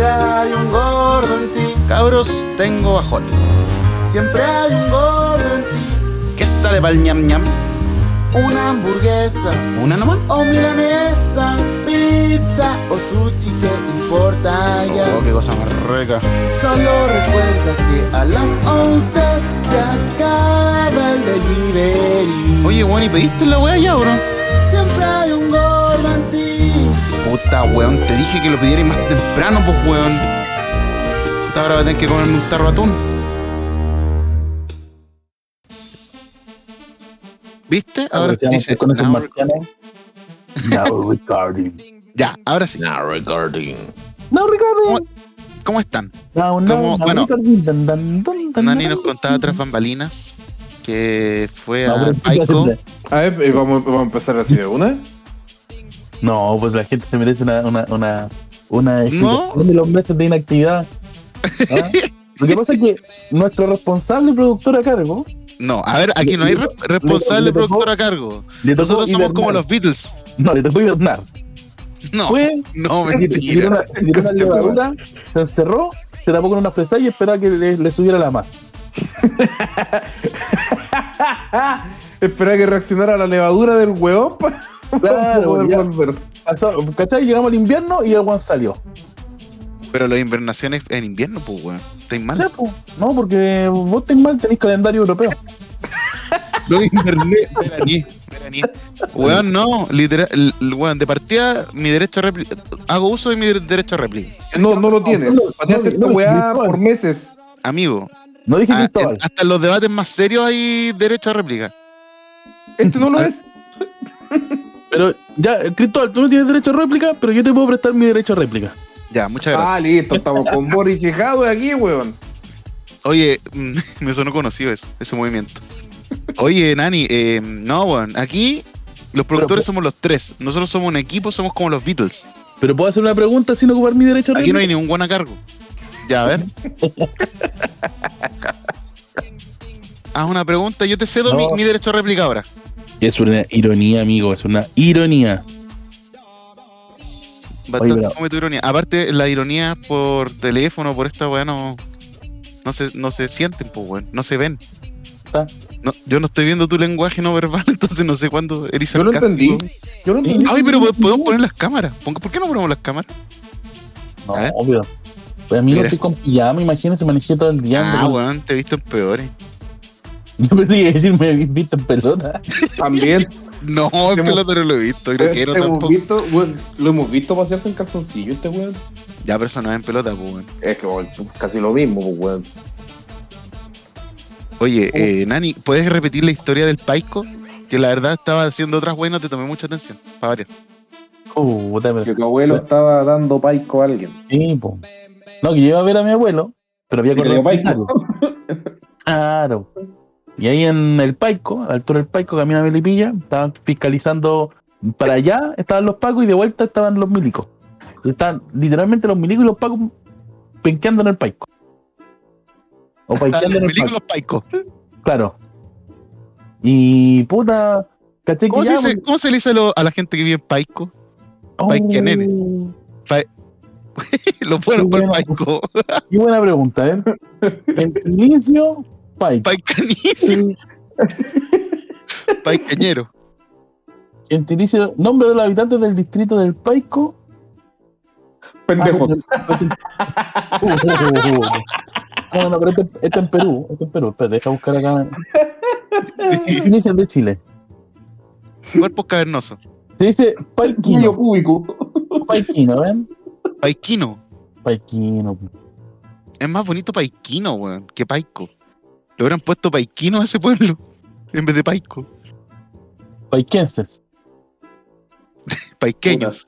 hay un gordo en ti. Cabros, tengo bajón. Siempre hay un gordo en ti. ¿Qué sale pa'l ñam ñam? Una hamburguesa ¿Una nomás? o milanesa, pizza o sushi, ¿qué importa ya? Oh, qué cosa más rica. Solo recuerda que a las 11 se acaba el delivery. Oye, weón, ¿y pediste la weá ya, bro? Siempre hay un gordo en ti. Puta, weón, te dije que lo pidierais más temprano, pues, weón. Puta, ahora voy a tener que comerme un tarro de atún. ¿Viste? Ahora Ahora dice... con esos "Now marcianos. Now recording. rec-". Ya, ahora sí. Now recording. Now recording. ¿Cómo están? Now, now, Como- now bueno, recording. Dun, dun, dun, dun, Nani dun. nos contaba tras bambalinas que fue No, a pero Paico. explícate. A ver, eh, vamos, vamos a empezar así de una. No, pues la gente se merece una, una, una, una explicación No. de los meses de inactividad. ¿Ah? Lo que pasa es que nuestro responsable productor a cargo No, a ver, aquí no hay re- le- responsable le tocó- productor a cargo. le Nosotros tocó somos hibernar. como los Beatles. No, le tocó hibernar. No, Fue, no, se tiró mentira. una, se tiró una levadura, se encerró, se tapó con una fresa y esperaba que le, le subiera la masa. Espera que reaccionara a la levadura del huevón para Claro, poder ya. volver. Pasó- ¿Cachai? Llegamos al invierno y el guan salió. Pero las invernaciones en invierno, pues, weón. Estáis Ya, mal. po. No, porque vos tenés mal, tenés calendario europeo. No inverné, veraní, veraní. Weón, no, literal, l- l- weón, de partida, mi derecho a réplica, hago uso de mi dere- derecho a réplica. No, no lo tienes. no, no, Pateaste no, esta no, weá Cristóbal. por meses. Amigo, No dije a- Cristóbal. en- hasta en los debates más serios hay derecho a réplica. Este no lo es. Pero ya, eh, Cristóbal, tú no tienes derecho a réplica, pero yo te puedo prestar mi derecho a réplica. Ya, muchas gracias. Ah, listo, estamos con Boris Chejado aquí, weón. Oye, mm, me sonó conocido eso, ese movimiento. Oye, Nani, eh, no, weón, aquí los productores somos los tres. Nosotros somos un equipo, somos como los Beatles. Pero puedo hacer una pregunta sin ocupar mi derecho a Aquí réplica. no hay ningún buen a cargo. Ya, a ver. Haz una pregunta, yo te cedo mi, No. mi derecho a réplica ahora. Es una ironía, amigo, es una ironía. Bastante pero- fome tu ironía. Aparte, la ironía por teléfono, por esta weá, no, no, se, no se sienten, pues, weón. No se ven. Ah. No, yo no estoy viendo tu lenguaje no verbal, entonces no sé cuándo eres Yo lo sarcástico. entendí. Yo lo entendí. Ay, pero po- podemos poner las cámaras. Ponga- ¿Por qué no ponemos las cámaras? No, A ver. obvio. Pues amigo, Mira. estoy con pijama, imagínate, manejé todo el día. Ah, ando con- weón, te he visto en peores. Yo pensé que iba a decir, me he visto en pelota. También. No, en Hemos- pelota no lo he visto, Este quiero hemos tampoco. visto, weón, lo hemos visto pasearse en calzoncillo este weón. Ya, pero eso no es en pelota, pues, weón. Es que weón, casi lo mismo, pues, weón. Oye, Uh. eh, Nani, ¿puedes repetir la historia del Paico? Que la verdad estaba haciendo otras weas y no te tomé mucha atención. Para variar. Uh, puta, pero- Que tu abuelo estaba dando paico a alguien. Sí, po. No, que yo iba a ver a mi abuelo, pero había Y le dio corrido paico. Claro. Y ahí en el Paico, a la altura del Paico, camina Melipilla, estaban fiscalizando para allá, estaban los pacos y de vuelta estaban los milicos. Estaban literalmente los milicos y los pacos penqueando en el Paico. O penqueando en el Película Paico, Los Paicos. claro. Y puta, caché que ¿Cómo, se ya, pues. dice- cómo se le dice a, lo- a la gente que vive en Paico? oh, paiquenene? Los buenos por bueno. Paico. Qué buena pregunta, ¿eh? En inicio, Paico. Paicanísimo. Paicañero. Gentilicio, nombre de los habitantes del distrito del Paico. Pendejos. Ah, este- Uh, uh, uh, uh. No, no, pero este, este en Perú, este en Perú, espérate, deja buscar acá. Gentilicio de Chile. Cuerpos cavernosos. Se dice Quillo Paiquino, cúbico. Paiquino, ¿ven? Paiquino. Paiquino. Es más bonito Paiquino, weón, que Paico. Le hubieran puesto Paiquino a ese pueblo en vez de Paico. Paiquenses. Paiqueños.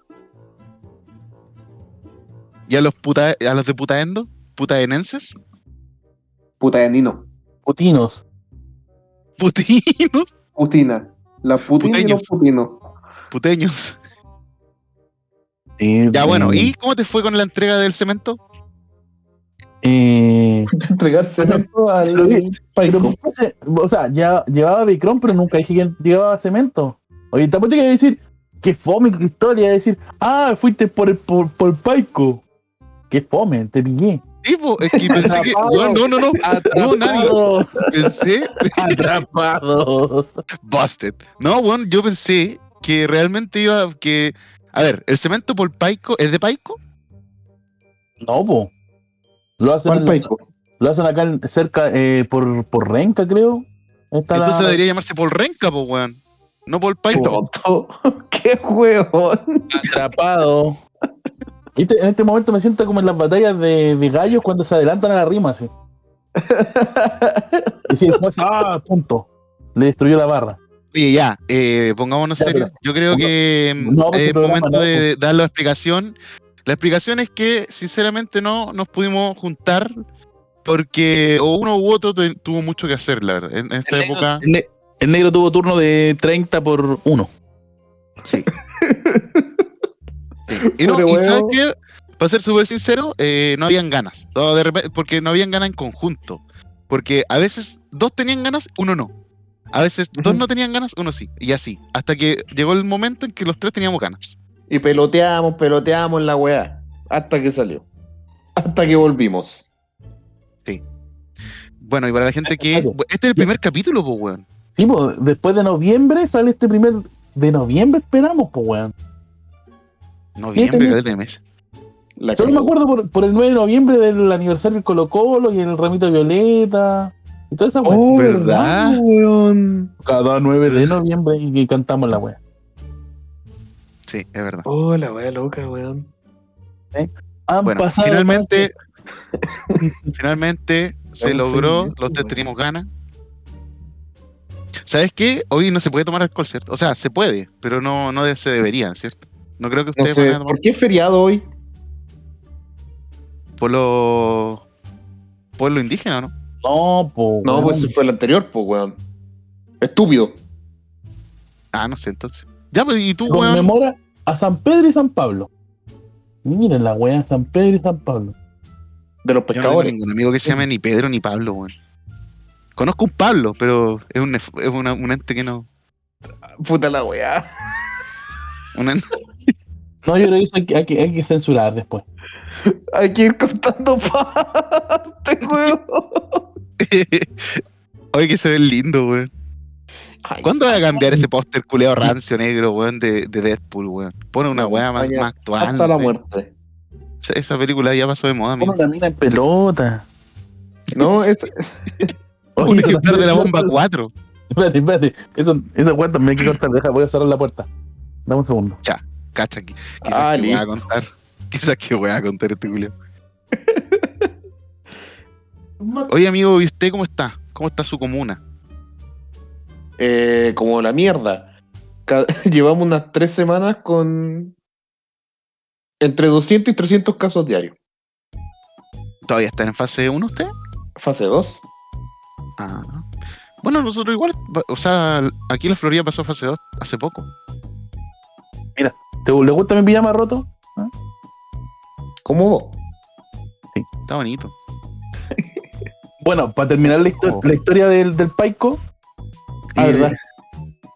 ¿Y a los, puta, a los de Putaendo? ¿Putaenenses? Puta de Nino. Putinos. ¿Putinos? Putina. La putina y Puteños. los putinos. Puteños. Eh, Ya bueno, eh, ¿y cómo te fue con la entrega del cemento? eh, Entregarse pero que- al pero paico. ¿por qué se- o sea, ya llevaba Bicron, pero nunca dije que llevaba cemento. Oye, tampoco te quería decir que fome historia, decir, ah, fuiste por el, por, por Paico. qué fome, te pillé. Sí, po, es que pensé que. Atrapado. Weón, no, no, no. No, nadie. Atrapado, Pensé. atrapado. Busted. No, weón, yo pensé que realmente iba. que A ver, ¿el cemento por Paico es de Paico? No, po. Lo hacen, ¿Cuál Paico? lo hacen acá en- cerca, eh, por, por Renca, creo. Está la- Entonces debería llamarse por Renca, po, weón. No por Paico. Toto. Qué huevón. atrapado. Viste, En este momento me siento como en las batallas de, de gallos cuando se adelantan a la rima, así. Y si después, ah, punto. Le destruyó la barra. Oye, ya, eh, pongámonos Ya, serios. Yo creo ponga- que mm, no, pues, es el programa momento no, de de dar la explicación. La explicación es que, sinceramente, no nos pudimos juntar porque o uno u otro te- tuvo mucho que hacer, la verdad. En, en esta época, El, ne- el negro tuvo turno de 30 por 1. sí. Sí. Y, no, Pobre y huevo. ¿sabes qué? Para ser súper sincero, eh, no habían ganas. No, de repe- porque no habían ganas en conjunto. Porque a veces dos tenían ganas, uno no. A veces dos Ujú. no tenían ganas, uno sí. Y así. Hasta que llegó el momento en que los tres teníamos ganas. Y peloteamos, peloteamos la weá. Hasta que salió. Hasta que volvimos. Bueno, y para la gente que. Claro. Este es el primer capítulo, pues, weón. Sí, pues, después de noviembre sale este primer. De noviembre esperamos, pues, weón. Noviembre, Este caleta de mes. La Solo me cagó. acuerdo por, por el 9 de noviembre del aniversario del Colo-Colo y el ramito violeta. Y toda esa weá. Oh, ¿verdad? ¿verdad? weón. Cada 9 de noviembre y, y cantamos la weá. Sí, es verdad. Oh, la wea loca, weón. Han Bueno, pasado. finalmente. finalmente se Weón, logró. feliz, Los tres weón. teníamos ganas. ¿Sabes qué? Hoy no se puede tomar alcohol, ¿cierto? O sea, se puede, pero no, no de- se debería, ¿cierto? No creo que No ustedes sé, van a tomar ¿por qué es feriado hoy? por lo. por lo indígena, ¿no? No, po. No, weón. pues ese fue el anterior, pues, weón. Estúpido. Ah, no sé, entonces. Ya, pues, y tú, weón. Conmemora a San Pedro y San Pablo. Miren la weá, San Pedro y San Pablo. De los Yo no tengo pescadores. ningún amigo que se llame ni Pedro ni Pablo, weón. Conozco un Pablo, pero es un, nef- es una- un ente que no. Puta la weá. un ente- No, yo creo que eso hay que, hay que- hay que censurar después. Hay que ir cortando parte, weón. Oye, que se ve lindo, weón. Ay, ¿Cuándo va a cambiar ese póster culeado rancio negro, weón, de, de Deadpool, weón? Pone una No, weá más, vaya, más actual. Hasta no la sé. muerte. Esa- Esa película ya pasó de moda, Como amigo. una mina en pelota. No, es, Uy, que hablar de la bomba 4. Espérate, espérate. Eso, esa weá también hay que cortar. Deja, voy a cerrar la puerta. Dame un segundo. Cacha, qui- quizás Ah, que voy a listo. contar. Quizás que voy a contar este culeado. Oye, amigo, ¿y usted cómo está? ¿Cómo está su comuna? eh, como la mierda. Ca- Llevamos unas tres semanas con entre 200 y 300 casos diarios. ¿Todavía está en fase 1 usted? Fase 2. Ah. Bueno, nosotros igual, va- o sea, aquí en la Florida pasó fase 2 hace poco. ¿Te, ¿Le gusta mi pijama roto? ¿Cómo vos? Está bonito. Bueno, para terminar la, histo- la historia del, del Paico, Ah, eh, ¿verdad?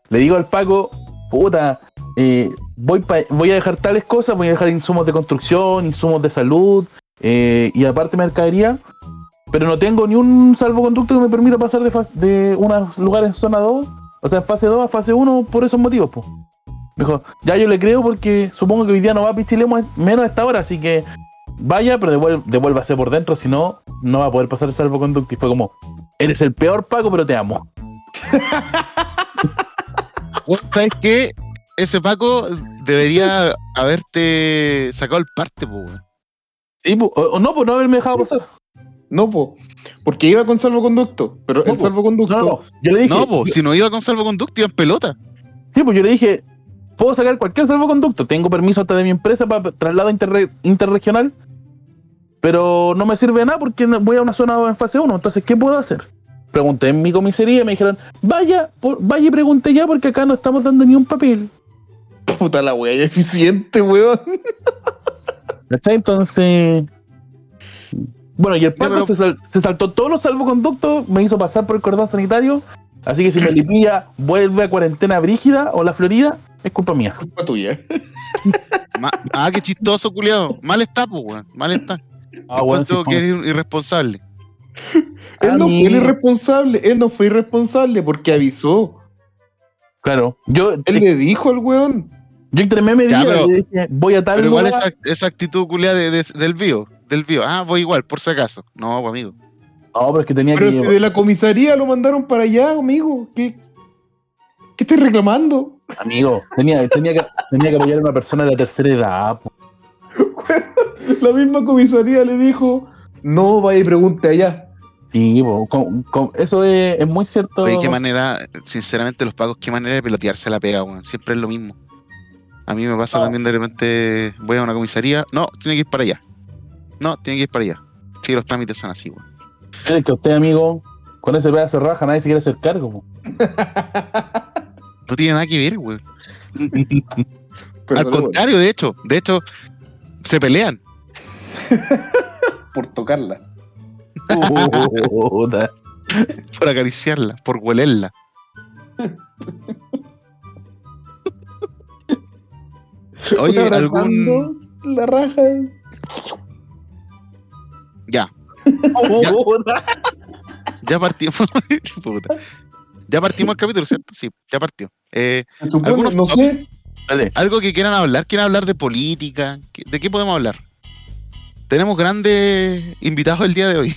le digo al Paco, puta, eh, voy, pa- voy a dejar tales cosas, voy a dejar insumos de construcción, insumos de salud eh, y aparte mercadería, pero no tengo ni un salvoconducto que me permita pasar de, fas- de unos lugares en zona 2, o sea, en fase 2 a fase 1 por esos motivos. po. Me dijo, ya yo le creo porque supongo que hoy día no va a pichilemos menos a esta hora, así que vaya, pero devuel- devuélvase por dentro, si no, no va a poder pasar el salvoconducto. Y fue como, eres el peor Paco, pero te amo. Bueno, ¿Sabes qué? Ese Paco debería haberte sacado el parte, po, weón. Sí, po, o, o no, por no haberme dejado pasar. No, po. Porque iba con salvoconducto. Pero No, el po. salvoconducto. No, no, no. Yo le dije, No, po, si no iba con salvoconducto, iba en pelota. sí, pues yo le dije, puedo sacar cualquier salvoconducto. Tengo permiso hasta de mi empresa para traslado interre- interregional, pero no me sirve de nada porque no- voy a una zona en fase 1. Entonces, ¿qué puedo hacer? Pregunté en mi comisaría y me dijeron, vaya, por- vaya y pregunte ya porque acá no estamos dando ni un papel. Puta la wea, eficiente, weón. ¿Cachai? Entonces. Bueno, y el Paco pero- se, sal- se saltó todos los salvoconductos, me hizo pasar por el cordón sanitario. Así que si me Melipilla vuelve a cuarentena brígida o la Florida, es culpa mía. Culpa tuya. Ma- ah, qué chistoso, culiado. Mal está, po, weón. Mal está. Ah, bueno, Encuentro sí, que eres un irresponsable. Él no fue el mira. irresponsable, él no fue irresponsable porque avisó. Claro. Yo, eh, Él le dijo al weón. yo entrené mi Ya, día, pero- le dije, voy a tal Pero igual lugar. esa, esa actitud culia de, de- del bio. Del bio. Ah, voy igual, por si acaso. No, pues, amigo. No, pero es que tenía Pero que si llevar. de la comisaría lo mandaron para allá, amigo. ¿Qué, qué estás reclamando? Amigo, tenía, tenía, que, tenía que apoyar a una persona de la tercera edad. po. La misma comisaría le dijo, no vaya y pregunte allá. Sí, po, con- con- eso es, es muy cierto. Oye, qué manera, sinceramente, los pagos, qué manera de pelotearse la pega, weón. Siempre es lo mismo. A mí me pasa Ah. No. también de repente, voy a una comisaría. No, tiene que ir para allá. No, tiene que ir para allá. Sí, los trámites son así, weón. Es que usted, amigo, con ese pedazo de raja nadie se quiere hacer cargo. po. No tiene nada que ver, weón. Pero Al no le- contrario, de hecho, de hecho, se pelean. por tocarla. Puta. por acariciarla, por huelerla. Oye, algún. Abrazando La raja. Ya, Puta. ya partimos. Puta. Ya partimos el capítulo, ¿cierto? Sí, ya partió. Eh, Se supone, Algunos- no sé. Dale. algo que quieran hablar, quieran hablar de política, ¿Qué- ¿de qué podemos hablar? Tenemos grandes invitados el día de hoy.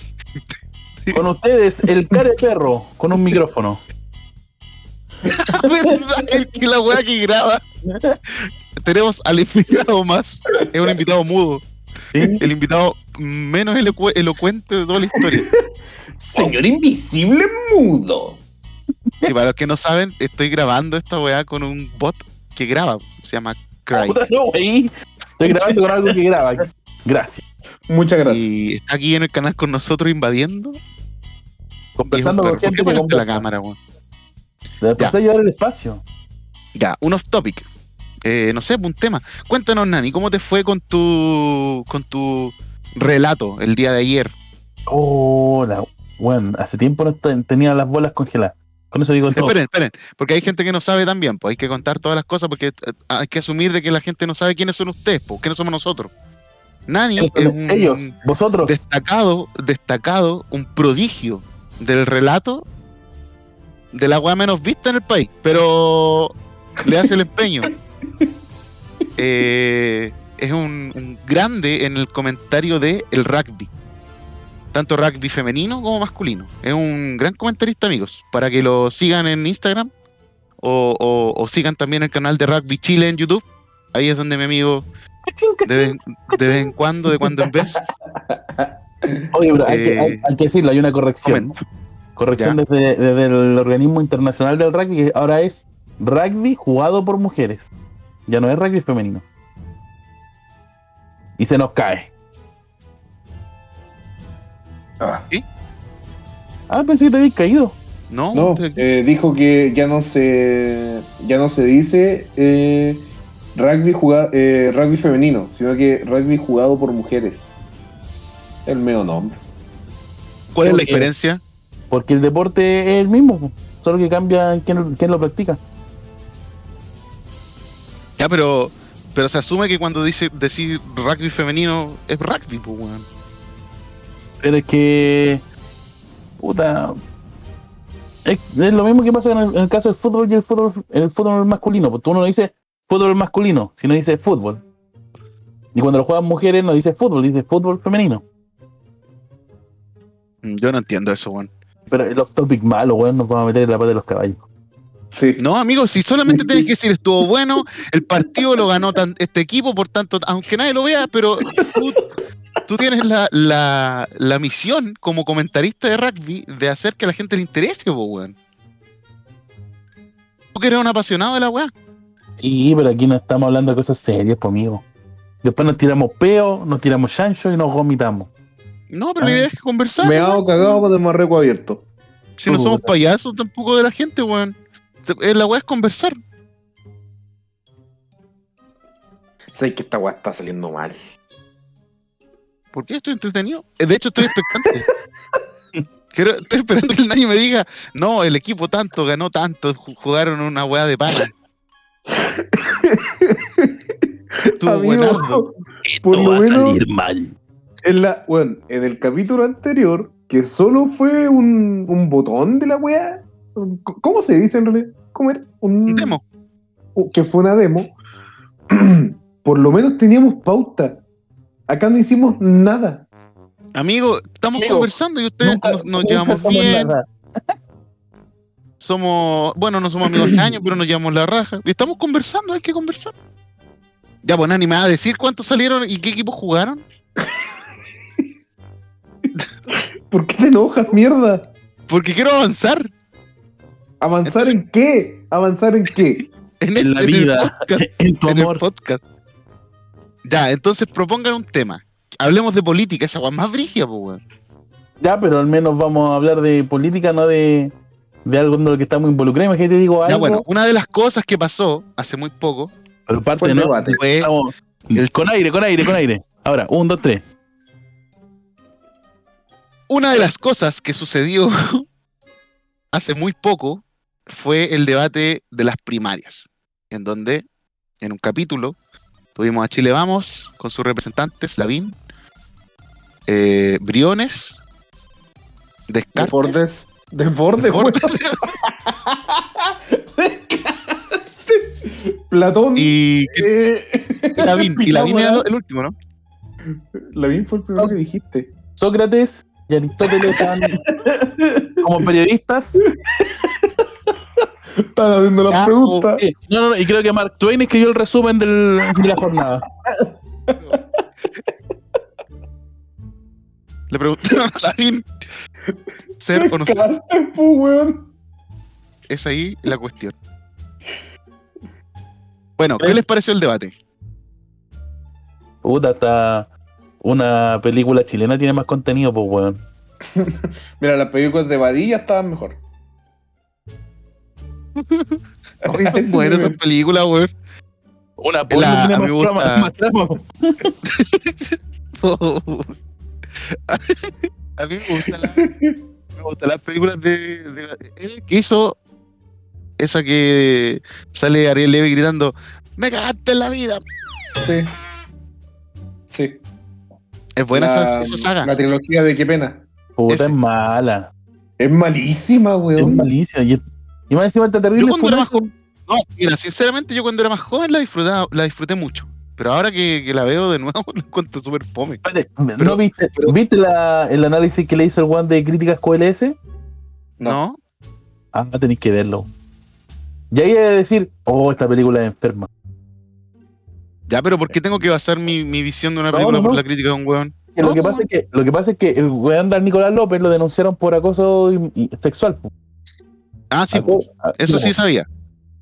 Con ustedes, el care perro con un micrófono. ¿Verdad? El que la weá que graba. Tenemos al invitado más. Es un invitado mudo. ¿Sí? El invitado menos elocue- elocuente de toda la historia. Señor invisible mudo. Sí, para los que no saben, estoy grabando esta weá con un bot que graba. Se llama Cry. Puta, no, wey. Estoy grabando con algo que graba. Gracias. Muchas gracias. Y está aquí en el canal con nosotros invadiendo. Y es un Conversando con perro. ¿Por gente qué que apagaste la conversa. cámara, weón? Le empecé a llevar el espacio. Ya, un off topic. Eh, no sé, un tema. Cuéntanos, Nani, ¿cómo te fue con tu con tu relato el día de ayer? Hola. Bueno, hace tiempo no estoy- tenía las bolas congeladas. Con eso digo todo. Esperen, esperen, porque hay gente que no sabe también, pues hay que contar todas las cosas, porque eh, hay que asumir de que la gente no sabe quiénes son ustedes, pues, quiénes somos nosotros. Nani es un, Ellos, vosotros. destacado, destacado, un prodigio del relato de la weá menos vista en el país, pero le hace el empeño. Eh, es un, un grande en el comentario de el rugby, tanto rugby femenino como masculino. Es un gran comentarista, amigos, para que lo sigan en Instagram o, o- o sigan también el canal de Rugby Chile en YouTube. Ahí es donde mi amigo Cachín, de cachín. vez, de vez en cuando, de cuando en vez, Oye, pero hay, que, eh, hay- hay que decirlo, hay una corrección. ¿no? Corrección desde, desde el organismo internacional del rugby, que ahora es rugby jugado por mujeres. Ya no es rugby femenino. Y se nos cae. Ah, Ah, pensé que te habías caído. ¿no? no, eh, dijo que ya no se ya no se dice eh, rugby juga- eh, rugby femenino, sino que rugby jugado por mujeres. El medio nombre. ¿Cuál es la eh, Porque- diferencia? Porque el deporte es el mismo, po, solo que cambia quién, quién lo practica. Ya, pero, pero se asume que cuando dice decir rugby femenino es rugby, pues, weón. Pero es que. Puta. Es, es lo mismo que pasa en el, en el caso del fútbol y el fútbol, el fútbol masculino. Porque tú no dices fútbol masculino, sino dices fútbol. Y cuando lo juegan mujeres no dices fútbol, dices fútbol femenino. Mm, Yo no entiendo eso, weón. Pero el off topic malo, weón, nos vamos a meter en la pata de los caballos. Sí. No, amigo, si solamente tenés que decir estuvo bueno, el partido lo ganó tan- este equipo, por tanto, aunque nadie lo vea, pero tú, tú tienes la, la, la misión como comentarista de rugby de hacer que a la gente le interese, pues, weón. Tú que eres un apasionado de la weá. Sí, pero aquí no estamos hablando de cosas serias, pues, amigo. Después nos tiramos peo, nos tiramos chancho y nos vomitamos. No, pero la Ah. idea es que conversar. Me weón. hago cagado con el marreco abierto. Si no somos payasos tampoco de la gente, weón. Se- eh, La weá es conversar. Sé que esta weá está saliendo mal. ¿Por qué estoy entretenido? Eh, De hecho, estoy expectante. Quiero- estoy esperando que el nadie me diga, no, el equipo tanto, ganó tanto, ju- jugaron una weá de pana. Estuvo Amigo, buenardo. por lo menos mal. En, la, bueno, en el capítulo anterior, que solo fue un, un botón de la weá. ¿Cómo se dice en realidad? ¿Cómo era? Un demo. mm. que fue una demo, por lo menos teníamos pauta. Acá no hicimos nada. Amigo, estamos Amigo, conversando y ustedes Nunca- nos, nos nunca llevamos somos bien. nada. Somos, bueno, no somos amigos hace años, pero nos llevamos la raja. Y estamos conversando, hay que conversar. Ya, pues nada, ni me va a decir cuántos salieron y qué equipos jugaron. ¿Por qué te enojas, mierda? Porque quiero avanzar ¿Avanzar en qué? ¿Avanzar en qué? en, En el- la en el vida, podcast, en tu en el amor. podcast. Ya, entonces propongan un tema. Hablemos de política, esa weá es más brigia, pues weón. Ya, pero al menos vamos a hablar de política, no de, de algo en lo que estamos involucrados. Imagínate, digo Ya, algo. bueno, una de las cosas que pasó hace muy poco pero parte, Buen ¿no? Pues debate. fue Estamos- Eh, Con aire, con aire, con aire. Ahora, un, dos, tres. una de las cosas que sucedió hace muy poco fue el debate de las primarias, en donde en un capítulo tuvimos a Chile Vamos con sus representantes, Lavín, eh, Briones, Descartes, Deportes. Desborde, weón. Borges Platón. y, eh, y Lavín. Y Lavín era el último, ¿no? Lavín fue el primero que dijiste. Sócrates y Aristóteles están como periodistas. Están haciendo las Ah, preguntas. Eh, No, no, no, y creo que Mark Twain escribió el resumen del- de la jornada. Le preguntaron a Lavín ser o no ser. Descartes, po, weón. Es ahí la cuestión. Bueno, ¿qué les pareció el debate? Puta, hasta una película chilena tiene más contenido, pues, weón. Mira, las películas de Badilla estaban mejor. Oye, son buenas esas películas, weón. Una porno La- tiene a más, mí me gusta- trama- más trama, pues. po. a mí me gustan las, me gustan las películas de, de- él que hizo esa que sale Ariel Levy gritando me cagaste en la vida Sí. Sí. es buena la, esa, esa saga La trilogía de qué pena. Puta, Ese. es mala. Es malísima, Es weón. malicia. Y, y más encima está terrible. Yo cuando era funa- No, mira sinceramente yo cuando era más joven la disfrutaba la disfruté mucho pero ahora que, que la veo de nuevo la encuentro súper fome Espérate, Pero- ¿No viste, ¿viste la- el análisis que le hizo el Juan de críticas QLS? no, Ah, tenéis que verlo. Y ahí he de decir, oh, esta película es enferma. ya pero ¿por qué tengo que basar mi, mi visión de una No, película no, por no. la crítica de un weón? Que No, lo, que pasa es que, lo que pasa es que el weón del Nicolás López lo denunciaron por acoso y- y sexual. po. ah sí, Aco- a- eso po. sí sabía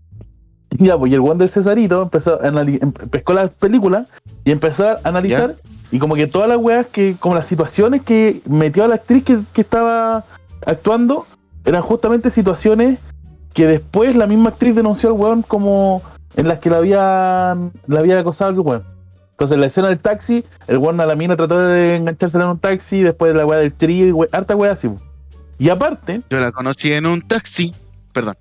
Ya, pues, y el Wander Cesarito empezó a anali- em- pescó las películas y empezó a analizar. Y como que todas las weas que, como las situaciones que metió a la actriz que, que estaba actuando, eran justamente situaciones que después la misma actriz denunció al weón como en las que la habían, la había acosado el weón. Entonces, en la escena del taxi, el weón a la mina trató de enganchársela en un taxi, después la wea del trío, y we- harta wea así. po. Y aparte, yo la conocí en un taxi perdón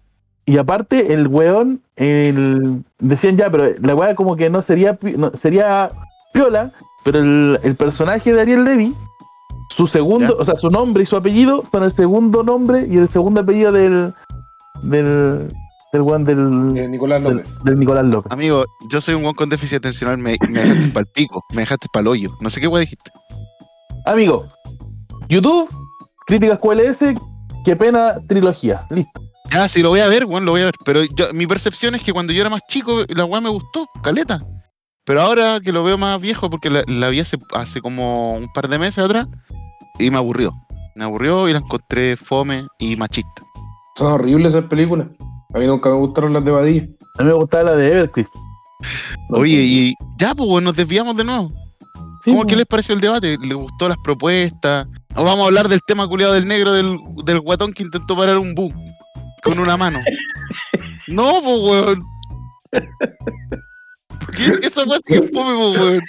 y aparte, el weón, el- decían ya, pero la weá como que no sería, pi- no- sería piola, pero el, el personaje de Ariel Levy, su segundo, o sea, su nombre y su apellido son el segundo nombre y el segundo apellido del, del, del weón De del, Eh, Eh, Nicolás del, López. del Nicolás López. Amigo, yo soy un guan con déficit atencional, me, me dejaste pa'l pico, me dejaste pa'l hoyo. No sé qué guay dijiste. Amigo, YouTube, críticas QLS, qué pena, trilogía, listo. Ah, sí, lo voy a ver, guan, lo voy a ver. Pero yo- mi percepción es que cuando yo era más chico, la guay me gustó, caleta. Pero ahora que lo veo más viejo, porque la, la vi hace, hace como un par de meses atrás, y me aburrió. Me aburrió y la encontré fome y machista. Son horribles esas películas. A mí nunca me gustaron las de Badilla. A mí me gustaba la de Everclear. Oye, y ya, pues, weón, nos desviamos de nuevo. Sí, ¿Cómo po. que les pareció el debate? ¿Les gustó las propuestas? ¿O vamos a hablar del tema culiado del negro del, del guatón que intentó parar un bus con una mano? no, po, weón. Porque esa weá sí es fome, po, weón.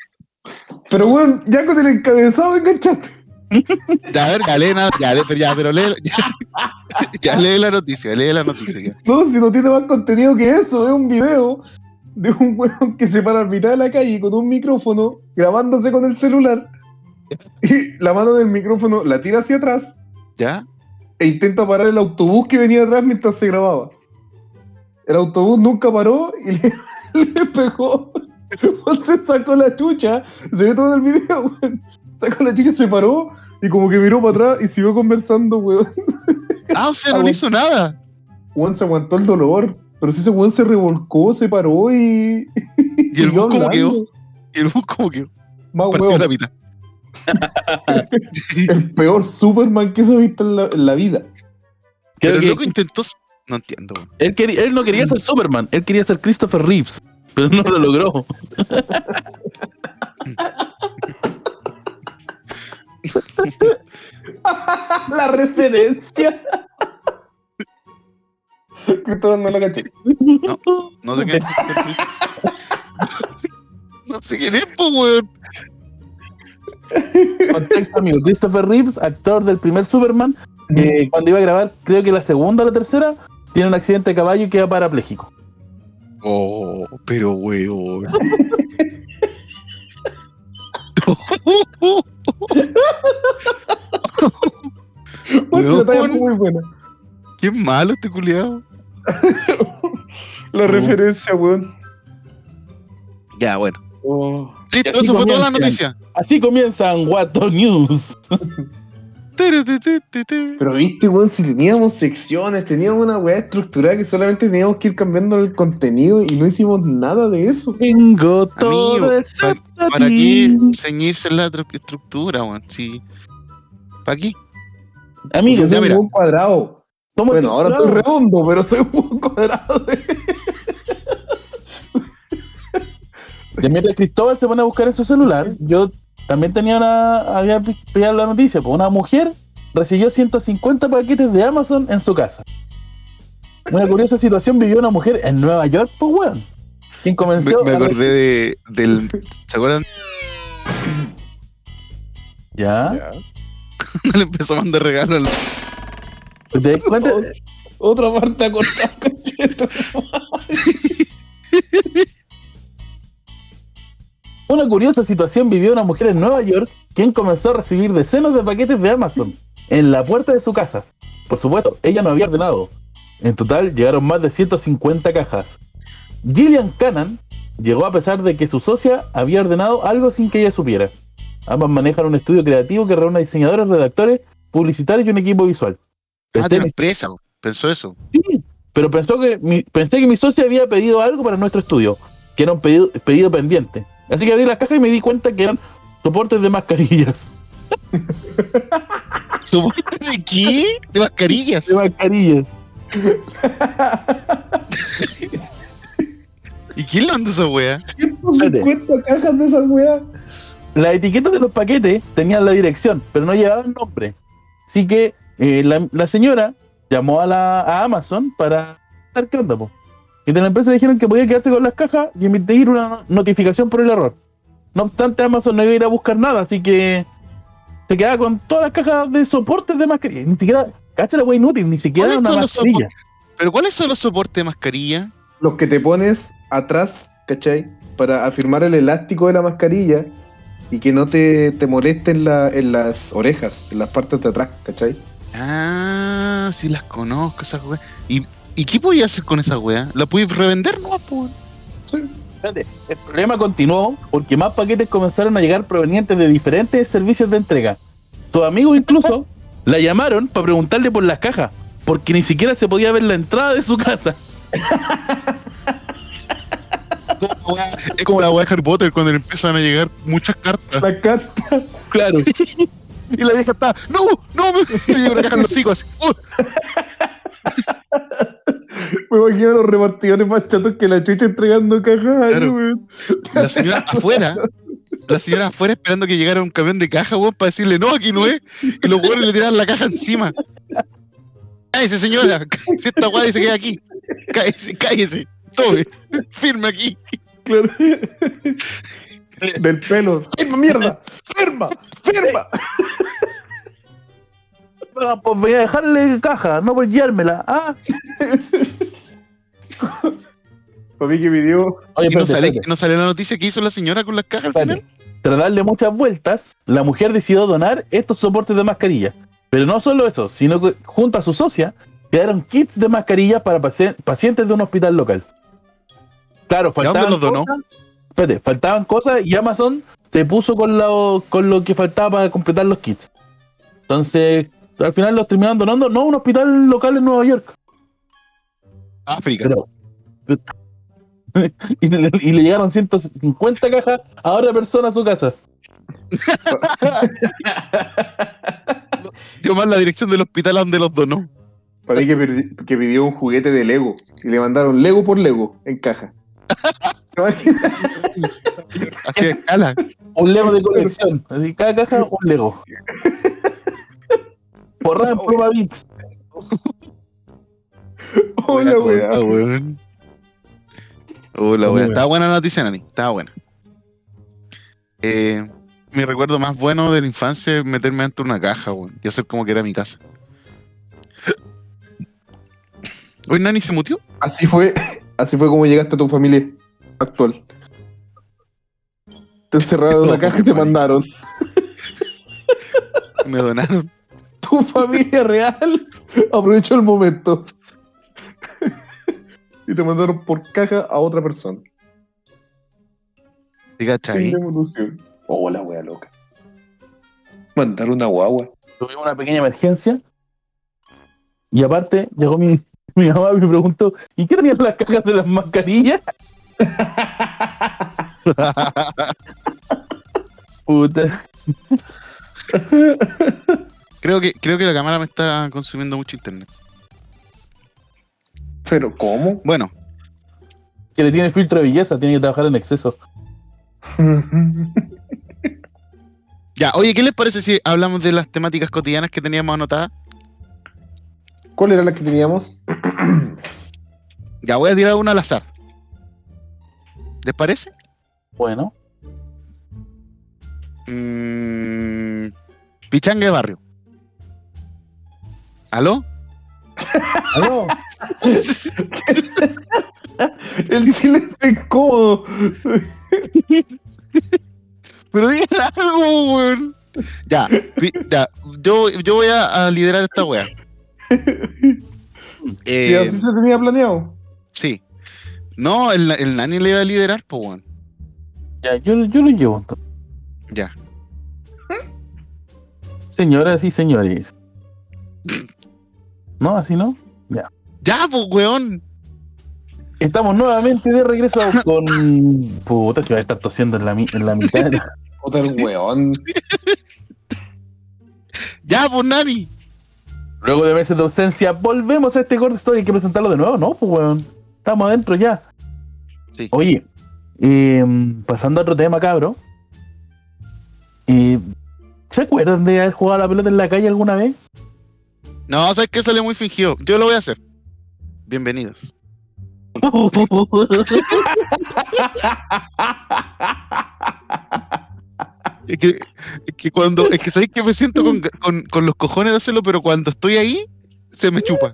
Pero weón, ya con el encabezado enganchaste. Ya, a ver, ya lee nada, ya lee, pero ya, pero lee. Ya, ya lee la noticia, lee la noticia. ya. No, si no tiene más contenido que eso, es un video de un weón que se para a mitad de la calle con un micrófono grabándose con el celular Y la mano del micrófono la tira hacia atrás ¿Ya? e intenta parar el autobús que venía atrás mientras se grababa. El autobús nunca paró y le, le pegó. Juan Se sacó la chucha, se ve todo en el video, weón. Sacó la chucha, se paró y como que miró para atrás y siguió conversando, weón. Ah, o sea, no le hizo nada. Juan se aguantó el dolor, pero si ese Juan se revolcó, se paró y. Y el bus como quedó. Y el bus como que Oh, Más partió weón, la mitad. el peor Superman que se ha visto en la, en la vida. Pero Creo el que loco intentó. No entiendo, weón. él, quería- él no quería ser Superman, él quería ser Christopher Reeves, pero no lo logró. La referencia. que todos no la caché. No sé qué. no sé quién es, po, weón. Contexto, amigo. Christopher Reeves, actor del primer Superman, que cuando iba a grabar, creo que la segunda o la tercera, tiene un accidente de caballo y queda parapléjico. Oh, pero weón. Juan, si la talla Weón. fue muy buena. Qué malo este culiado. Oh. La referencia, weón. Ya, bueno. Oh. Listo, así eso fue toda la comienzan. noticia. Así comienzan What the News. Turu, tu, tu, tu, tu. Pero viste, weón, si teníamos secciones, teníamos una weá estructurada que solamente teníamos que ir cambiando el contenido y no hicimos nada de eso. Tengo todo Amigo, excepto a ¿Para qué ti. ceñirse la tru- estructura, weón? Sí. ¿Para qué? Amigo, Yo soy ya, mira. un cuadrado. somos Bueno, ahora estoy estructurados. redondo, pero soy un cuadrado. Y mientras Cristóbal se pone a buscar en su celular, yo también tenía una. Había pi- pillado la noticia, pues una mujer recibió 150 paquetes de Amazon en su casa. Una curiosa situación vivió una mujer en Nueva York, pues weón. Quien Me, comenzó. me a acordé de, del. ¿Se acuerdan? reci- Ya. Cuando le empezó a mandar regalos al- ¿Te das cuenta? Otra parte a cortar, concheto. Una curiosa situación vivió una mujer en Nueva York, quien comenzó a recibir decenas de paquetes de Amazon en la puerta de su casa. Por supuesto, ella no había ordenado. En total, llegaron más de 150 cajas. Gillian Cannon llegó a pesar de que su socia había ordenado algo sin que ella supiera. Ambas manejan un estudio creativo que reúne a diseñadores, redactores, publicitarios y un equipo visual. Ah, Este tiene mis- empresa, weón. Pensó eso. Sí, pero pensó que mi- pensé que mi socia había pedido algo para nuestro estudio, que era un pedido, pedido pendiente. Así que abrí la caja y me di cuenta que eran soportes de mascarillas. ¿Soporte de qué? De mascarillas. De mascarillas. ¿Y quién le mandó esa weá? 150 cajas de esas weas. Las etiquetas de los paquetes tenían la dirección, pero no llevaban nombre. Así que eh, la, la señora llamó a, la, a Amazon para ver qué onda, po. Y de la empresa le dijeron que podía quedarse con las cajas y emitir una notificación por el error. No obstante, Amazon no iba a ir a buscar nada, así que se quedaba con todas las cajas de soportes de mascarilla. Ni siquiera, cacha la wea inútil, ni siquiera ¿Cuáles una son los mascarilla. ¿Pero cuáles son los soportes de mascarilla? Los que te pones atrás, ¿cachai? Para afirmar el elástico de la mascarilla y que no te, te moleste en, la- en las orejas, en las partes de atrás, ¿cachai? Ah, sí las conozco esas weas. ¿Y, ¿y qué podía hacer con esas weas? ¿La podías revender no pues? Espérate, El problema continuó porque más paquetes comenzaron a llegar provenientes de diferentes servicios de entrega. Tus amigos incluso la llamaron para preguntarle por las cajas, porque ni siquiera se podía ver la entrada de su casa. Es como la wea de Harry Potter cuando le empiezan a llegar muchas cartas. La carta. Claro. Y la vieja está, no, no, me y llega una caja en los hijos. Así, Me imagino a los repartidores más chatos que la chucha entregando cajas. ahí, Claro. weón. "Uh". La señora afuera, la señora afuera esperando que llegara un camión de caja, weón, para decirle, no, aquí no es. Y los weones le tiran la caja encima. Cállese, señora, cállese esta wea y se queda aquí. Cállese, cállese, tome, firme aquí. Claro. Del pelo. ¡Firma, mierda! ¡Firma! ¡Firma! Ah, Pues voy a dejarle caja, no por llevármela. Ah. Para mí que me dio. Oye, Y no espérate, sale, espérate, no sale la noticia que hizo la señora con las cajas al espérate. final. Tras darle muchas vueltas, la mujer decidió donar estos soportes de mascarilla. Pero no solo eso, sino que junto a su socia, crearon kits de mascarilla para paci- pacientes de un hospital local. Claro, dónde faltaban los donó? cosas. Espérate, faltaban cosas y Amazon se puso con lo, con lo que faltaba para completar los kits. Entonces, al final los terminaron donando, no a un hospital local en Nueva York, África. pero. y, le, y le llegaron 150 cajas a otra persona a su casa. Dio más la dirección del hospital a donde los donó. Para que, perdi- que pidió un juguete de Lego y le mandaron Lego por Lego en caja. Así de escala. Un Lego de colección. Así, cada caja, un Lego. Porra en pluma bit. Hola, Buena weá. cosa, weón. Hola, weón. Estaba buena la noticia, Nani. Estaba buena. Eh, mi recuerdo más bueno de la infancia es meterme dentro de una caja, weón. Y hacer como que era mi casa. Hoy Nani se mutió. Así fue, así fue como llegaste a tu familia actual. Te encerraron en una caja y te mandaron. Me donaron. Tu familia real aprovechó el momento. Y te mandaron por caja a otra persona. ¿Te cachai? Qué evolución. Oh, la wea loca. Mandaron una guagua. Tuvimos una pequeña emergencia. Y aparte, llegó mi, mi mamá y me preguntó: ¿Y qué tenían las cajas de las mascarillas? Puta. Creo que, creo que la cámara me está consumiendo mucho internet. Pero, ¿cómo? Bueno, Que le tiene filtro de belleza, tiene que trabajar en exceso. ya. Oye, ¿qué les parece si hablamos de las temáticas cotidianas que teníamos anotadas? ¿Cuál era la que teníamos? Ya voy a tirar una al azar. ¿Les parece? Bueno, Mm, Pichanga de barrio. ¿Aló? aló. El silencio incómodo. Pero digan algo, weón. Ya, pi- ya. Yo, yo voy a, a liderar esta Eh, weá. Y Eh, así se tenía planeado. sí. No, el, el nani le iba a liderar, pues weón. Ya, yo, yo lo llevo. entonces. Ya. ¿Mm? Señoras y señores. ¿No? ¿Así no? Ya, pues weón. Estamos nuevamente de regreso con. Puta, que va a estar tosiendo en la, mi- en la mitad. Otra weón. Ya, pues nani. Luego de meses de ausencia, volvemos a este corte story. Hay que presentarlo de nuevo, ¿no? Pues, weón. Estamos adentro ya. Sí. Oye, eh, pasando a otro tema, cabro. Eh, ¿Se acuerdan de haber jugado a la pelota en la calle alguna vez? No, sabes que sale muy fingido. Yo lo voy a hacer. Bienvenidos. Es que, es que cuando, es que sabéis que me siento con, con- con los cojones de hacerlo, pero cuando estoy ahí, se me chupa.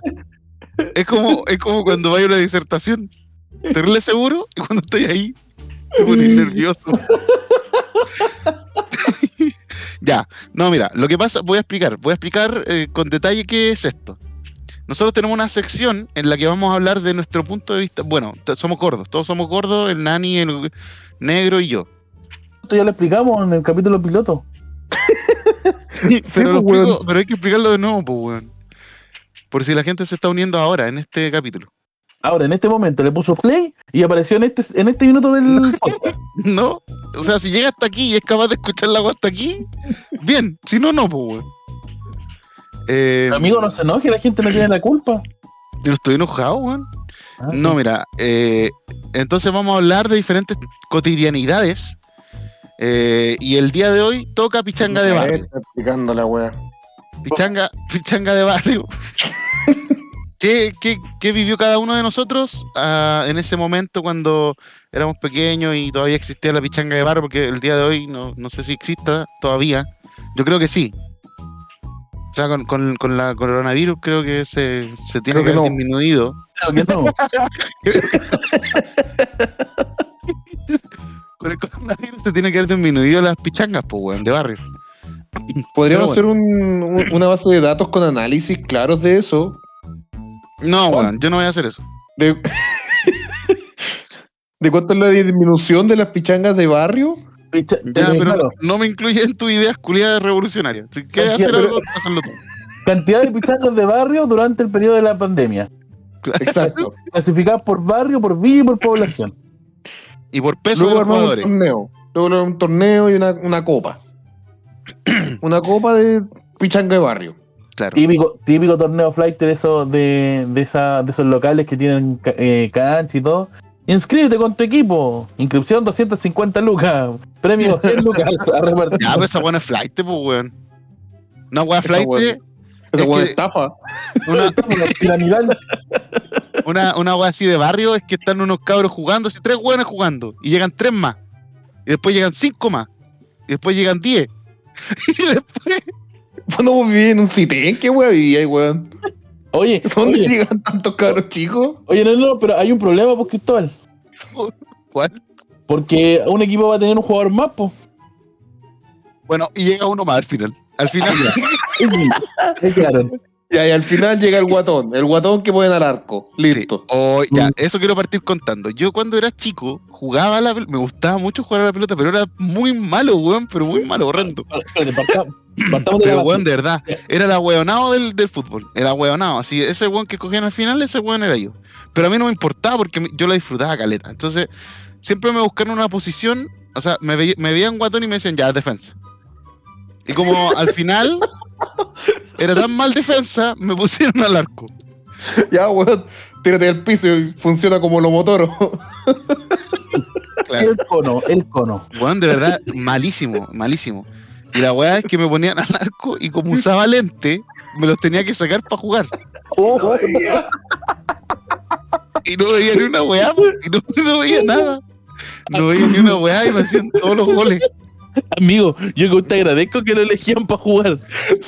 Es como, es como cuando vaya a una disertación. Terrible seguro, y cuando estoy ahí, me pones nervioso. ya, no, mira, lo que pasa, voy a explicar, voy a explicar eh, con detalle qué es esto. Nosotros tenemos una sección en la que vamos a hablar de nuestro punto de vista. Bueno, t- somos gordos, todos somos gordos, el nani, el negro y yo. Esto ya lo explicamos en el capítulo piloto. pero, lo explico- pues, weón. pero hay que explicarlo de nuevo, pues, weón. Por si la gente se está uniendo ahora, en este capítulo. Ahora, en este momento le puso play y apareció en este, en este minuto del podcast. ¿No? O sea, si llega hasta aquí y es capaz de escuchar la voz hasta aquí, bien. Si no, no, pues, weón. Eh, Amigo, no se enoje, la gente no tiene la culpa. yo estoy enojado, weón. Ah, No, mira, eh, entonces vamos a hablar de diferentes cotidianidades. eh, y el día de hoy toca pichanga de barrio. Está explicando la wea. Pichanga, pichanga de barrio. ¿Qué, qué, qué vivió cada uno de nosotros ah, en ese momento cuando éramos pequeños y todavía existía la pichanga de barrio? Porque el día de hoy no, no sé si exista todavía. Yo creo que sí. O sea, con, con- con la coronavirus creo que se, se tiene Creo que que haber no. disminuido. Ah, Creo que no. Con el coronavirus se tiene que haber disminuido las pichangas, pues, weón, de barrio. Podríamos Pero hacer un- un- una base de datos con análisis claros de eso. No, weón, yo no voy a hacer eso. De, de cuánto es la disminución de las pichangas de barrio. Picha- Ya, eh, pero claro, no me incluyes en tus ideas culiadas revolucionarias. Si quieres Tranquila, hacer pero- algo, hazlo tú. Cantidad de pichangos de barrio durante el periodo de la pandemia. Exacto. Clasificadas por barrio, por villa y por población. Y por peso de Luego los armamos un jugadores. torneo. Luego armamos un torneo y una, una copa. una copa de pichanga de barrio. Claro. Típico, típico torneo flight de esos, de, de, esa- de esos locales que tienen ca- eh, cancha y todo. Inscríbete con tu equipo. Inscripción 250 lucas. Premio 100 lucas a repartir. Ya, pues esa buena es flight, pues, weón. Una weá Esa flight, weá- Es Esa hueá que- de estafa. una, Piramidal. una, una weá así de barrio es que están unos cabros jugando, así tres weones jugando, y llegan tres más, y después llegan cinco más, y después llegan diez, y después ¿Cuándo vos vivís en un CITEN? ¿Qué hueá vivíais, weón? Oye, ¿Dónde oye, llegan tantos cabros chicos? oye, no, no, pero hay un problema, pues, Cristóbal. ¿Cuál? Porque un equipo va a tener un jugador más, pues. bueno, y llega uno más al final. Al final, Ah, Sí, ahí quedaron. Ya, y al final llega el guatón. El guatón que pueden al arco. Listo. Mm. Sí. Oh, ya, eso quiero partir contando. Yo cuando era chico jugaba a la pelota, me gustaba mucho jugar a la pelota, pero era muy malo, weón, pero muy malo, horrendo. Espérate, parta- Partamos de la Pero base. weón, de verdad, era el ahueonado del, del fútbol. El ahueonado. Así, ese weón que cogían al final, ese weón era yo. Pero a mí no me importaba porque me- yo la disfrutaba caleta. Entonces, siempre me buscaron una posición. O sea, me, ve- me veían guatón y me decían, ya, defensa. Y como al final era tan mal defensa, me pusieron al arco. Ya, weón. Tírate al piso y funciona como lo motoro. Claro. El cono, el cono. Weón, de verdad, malísimo, malísimo. Y la weá es que me ponían al arco y como usaba lente, me los tenía que sacar para jugar. Oh, Y no veía ni una weá, po, y no, no veía nada. No veía ni una weá y me hacían todos los goles. amigo, yo que te agradezco que lo elegían para jugar.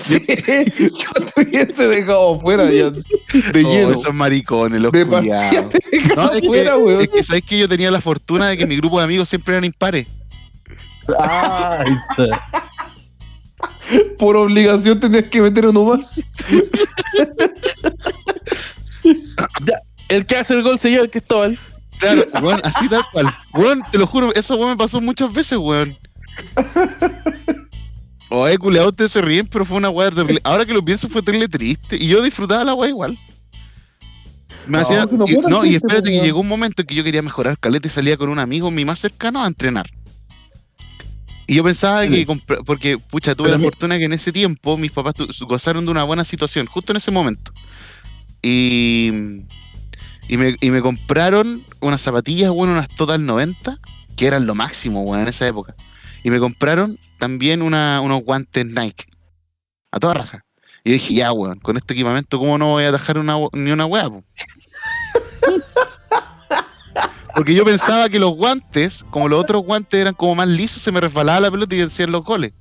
Sí. Yo te hubiese dejado afuera ya. De Oh, lleno. esos maricones, los De pa- culiados. No, Dejado es afuera, que, weón. es que sabes que yo tenía la fortuna de que mi grupo de amigos siempre eran impares. Ah, ahí está. Por obligación tenías que meter uno más. El que hace el gol se lleva el Cristóbal. Claro, weón, así tal cual. Weón, te lo juro, eso weón me pasó muchas veces, weón. Oye, culiado, ustedes se ríen, pero fue una weá terrible. Ahora que lo pienso, fue terrible triste. Y yo disfrutaba la weá igual. Me No, hacía. eso no y- fue tan no, triste, y pues, espérate que weón. llegó un momento que yo quería mejorar caleta y salía con un amigo, mi más cercano, a entrenar. Y yo pensaba que, compra- porque, pucha, tuve Pero la mi- fortuna que en ese tiempo mis papás tu- gozaron de una buena situación, justo en ese momento. Y, y, me, y me compraron unas zapatillas, bueno, unas Total 90, que eran lo máximo, bueno, en esa época. Y me compraron también una, unos guantes Nike, a toda raja. Y dije, ya, weón, con este equipamiento, ¿cómo no voy a atajar una, we- ni una weá, po?". Porque yo pensaba que los guantes, como los otros guantes eran como más lisos, se me resbalaba la pelota y hacían los goles.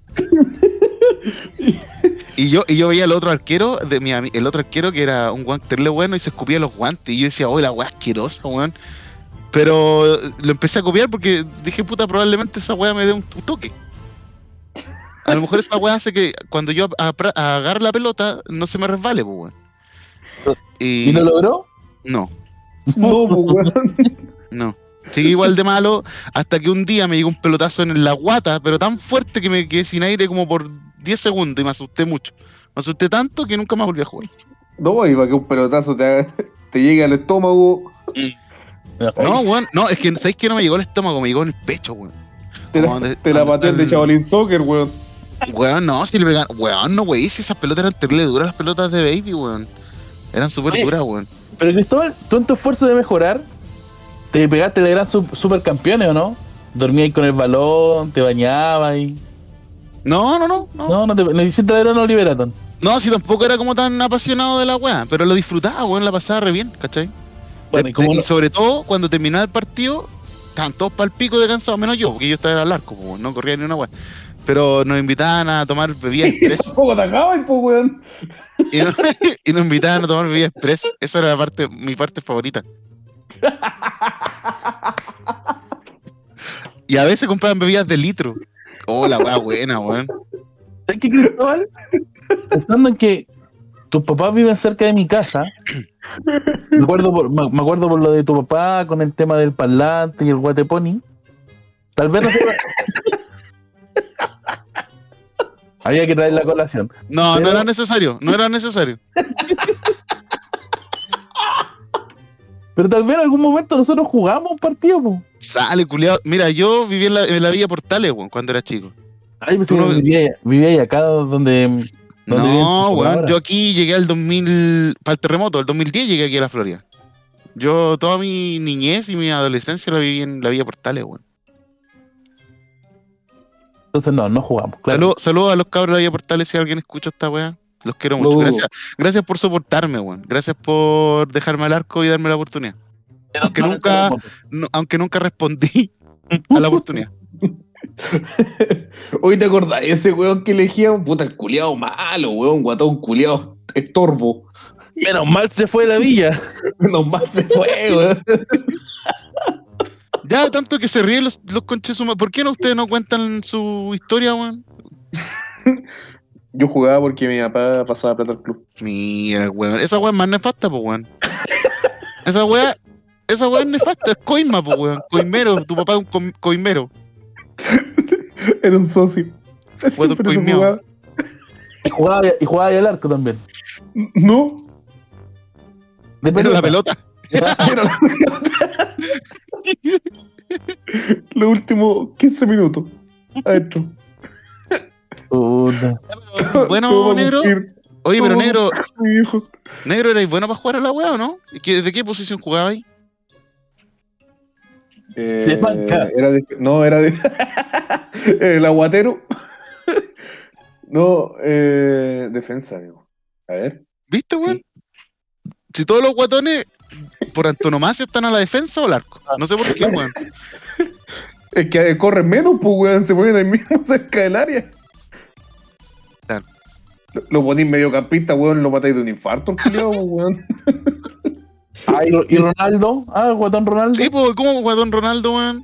Y yo, y yo veía al otro arquero, de mi, ami- el otro arquero que era un guantele bueno y se escupía los guantes. Y yo decía, oh, la weá asquerosa, weón. Pero eh, lo empecé a copiar porque dije, puta, probablemente esa weá me dé un, un toque. A lo mejor esa weá hace que cuando yo apra- agarre la pelota no se me resbale, pues, weón. ¿Y lo logró? No, No, pues, weón. no. Seguí igual de malo hasta que un día me llegó un pelotazo en la guata, pero tan fuerte que me quedé sin aire como por 10 segundos y me asusté mucho. Me asusté tanto que nunca más volví a jugar. No, iba que un pelotazo te, haga- te llegue al estómago. No, weón, no, es que sabéis que no me llegó al estómago, me llegó en el pecho, weón. Te la, Como donde- te la donde patean está de el- Chavalín Soccer, weón. Weón, no, si le pegan. Weón, no, wey, si esas pelotas eran terrible duras, las pelotas de baby, weón. Eran súper Oye. duras, weón. Pero Cristóbal, tú en tu esfuerzo de mejorar, te pegaste de gran su- supercampeones, ¿o no? Dormías con el balón, te bañabas y... No, no, no, no. No, no, te, no hiciste de gran Oliveraton. No, si tampoco era como tan apasionado de la weá, pero lo disfrutaba, weón, la pasaba re bien, ¿cachai? Bueno, De- y como de- Eh, y no- sobre todo cuando terminaba el partido, estaban todos para el pico de cansado, menos yo, porque yo estaba al arco, pues, no corría ni una weá. Pero nos invitaban a tomar bebidas express. Tampoco atacaban, pues, weón. y, nos, y nos invitaban a tomar bebidas express. Esa era la parte, mi parte favorita. Y a veces compraban bebidas de litro. Oh, la weá buena, weón. ¿Sabes qué, Cristóbal? Pensando en que tus papás viven cerca de mi casa, me acuerdo por, me, me acuerdo por lo de tu papá con el tema del parlante y el guateponi. Tal vez no se- Había que traer la colación. No, Pero- no era necesario, no era necesario. Pero tal vez en algún momento nosotros jugamos un partido, po. Sale, culiado. Mira, yo viví en la, en la Villa Portales, weón, cuando era chico. Ay, pues Tú sí, no- vivía, ahí- vivía ahí acá donde. ¿Dónde viven No, tus weón, ahora? yo aquí llegué al 2000, para el terremoto, el 2010 llegué aquí a la Florida. Yo toda mi niñez y mi adolescencia la viví en la Villa Portales, weón. Entonces no, no jugamos. Claro. Saludos a los cabros de Villa Portales si alguien escucha esta weá. Los quiero mucho. dudo. Gracias, gracias por soportarme, weón. Gracias por dejarme al arco y darme la oportunidad. Aunque No, no nunca, jugamos. no- aunque nunca respondí a la oportunidad. Hoy te acordás, ese weón que elegía un puta el culiado malo, weón, guatón culiado estorbo. Menos mal se fue la villa. Menos mal se fue, weón. Ya tanto que se ríen los, los conchesumas. ¿Por qué no ustedes no cuentan su historia, weón? Yo jugaba porque mi papá pasaba plata al club. Mira, weón. Esa weá es más nefasta, po, weón. Esa weá, esa weá es nefasta, es coima, po, weón. Coimero, tu papá es un com- coimero. Era un socio. Fue tu Siempre se coimeo. jugaba. Y jugaba, y jugaba ahí al arco también. No, De Pero la pelota. pelota. los últimos 15 minutos. Adentro. Puta. Todo Bueno, para negro. cumplir, Oye, pero ¿Cómo? negro, mi viejo. negro, ¿erais bueno para jugar a la weá o no? ¿Y qué- ¿De qué posición jugabas ahí? Eh, De banca. Era de, no, era de. el aguatero. no, eh, defensa, digo. A ver. ¿Viste, weón? Si todos los guatones por antonomasia están a la defensa o al arco. No sé por qué, weón. Es que eh, corren menos, pues, weón. Se ponen ahí mismo cerca del área. Claro. Lo, lo ponís mediocampista, weón. Lo matáis de un infarto, el culiao, weón. Ah, y, y Ronaldo. Ah, el guatón Ronaldo. Sí, pues, ¿cómo guatón Ronaldo, weón?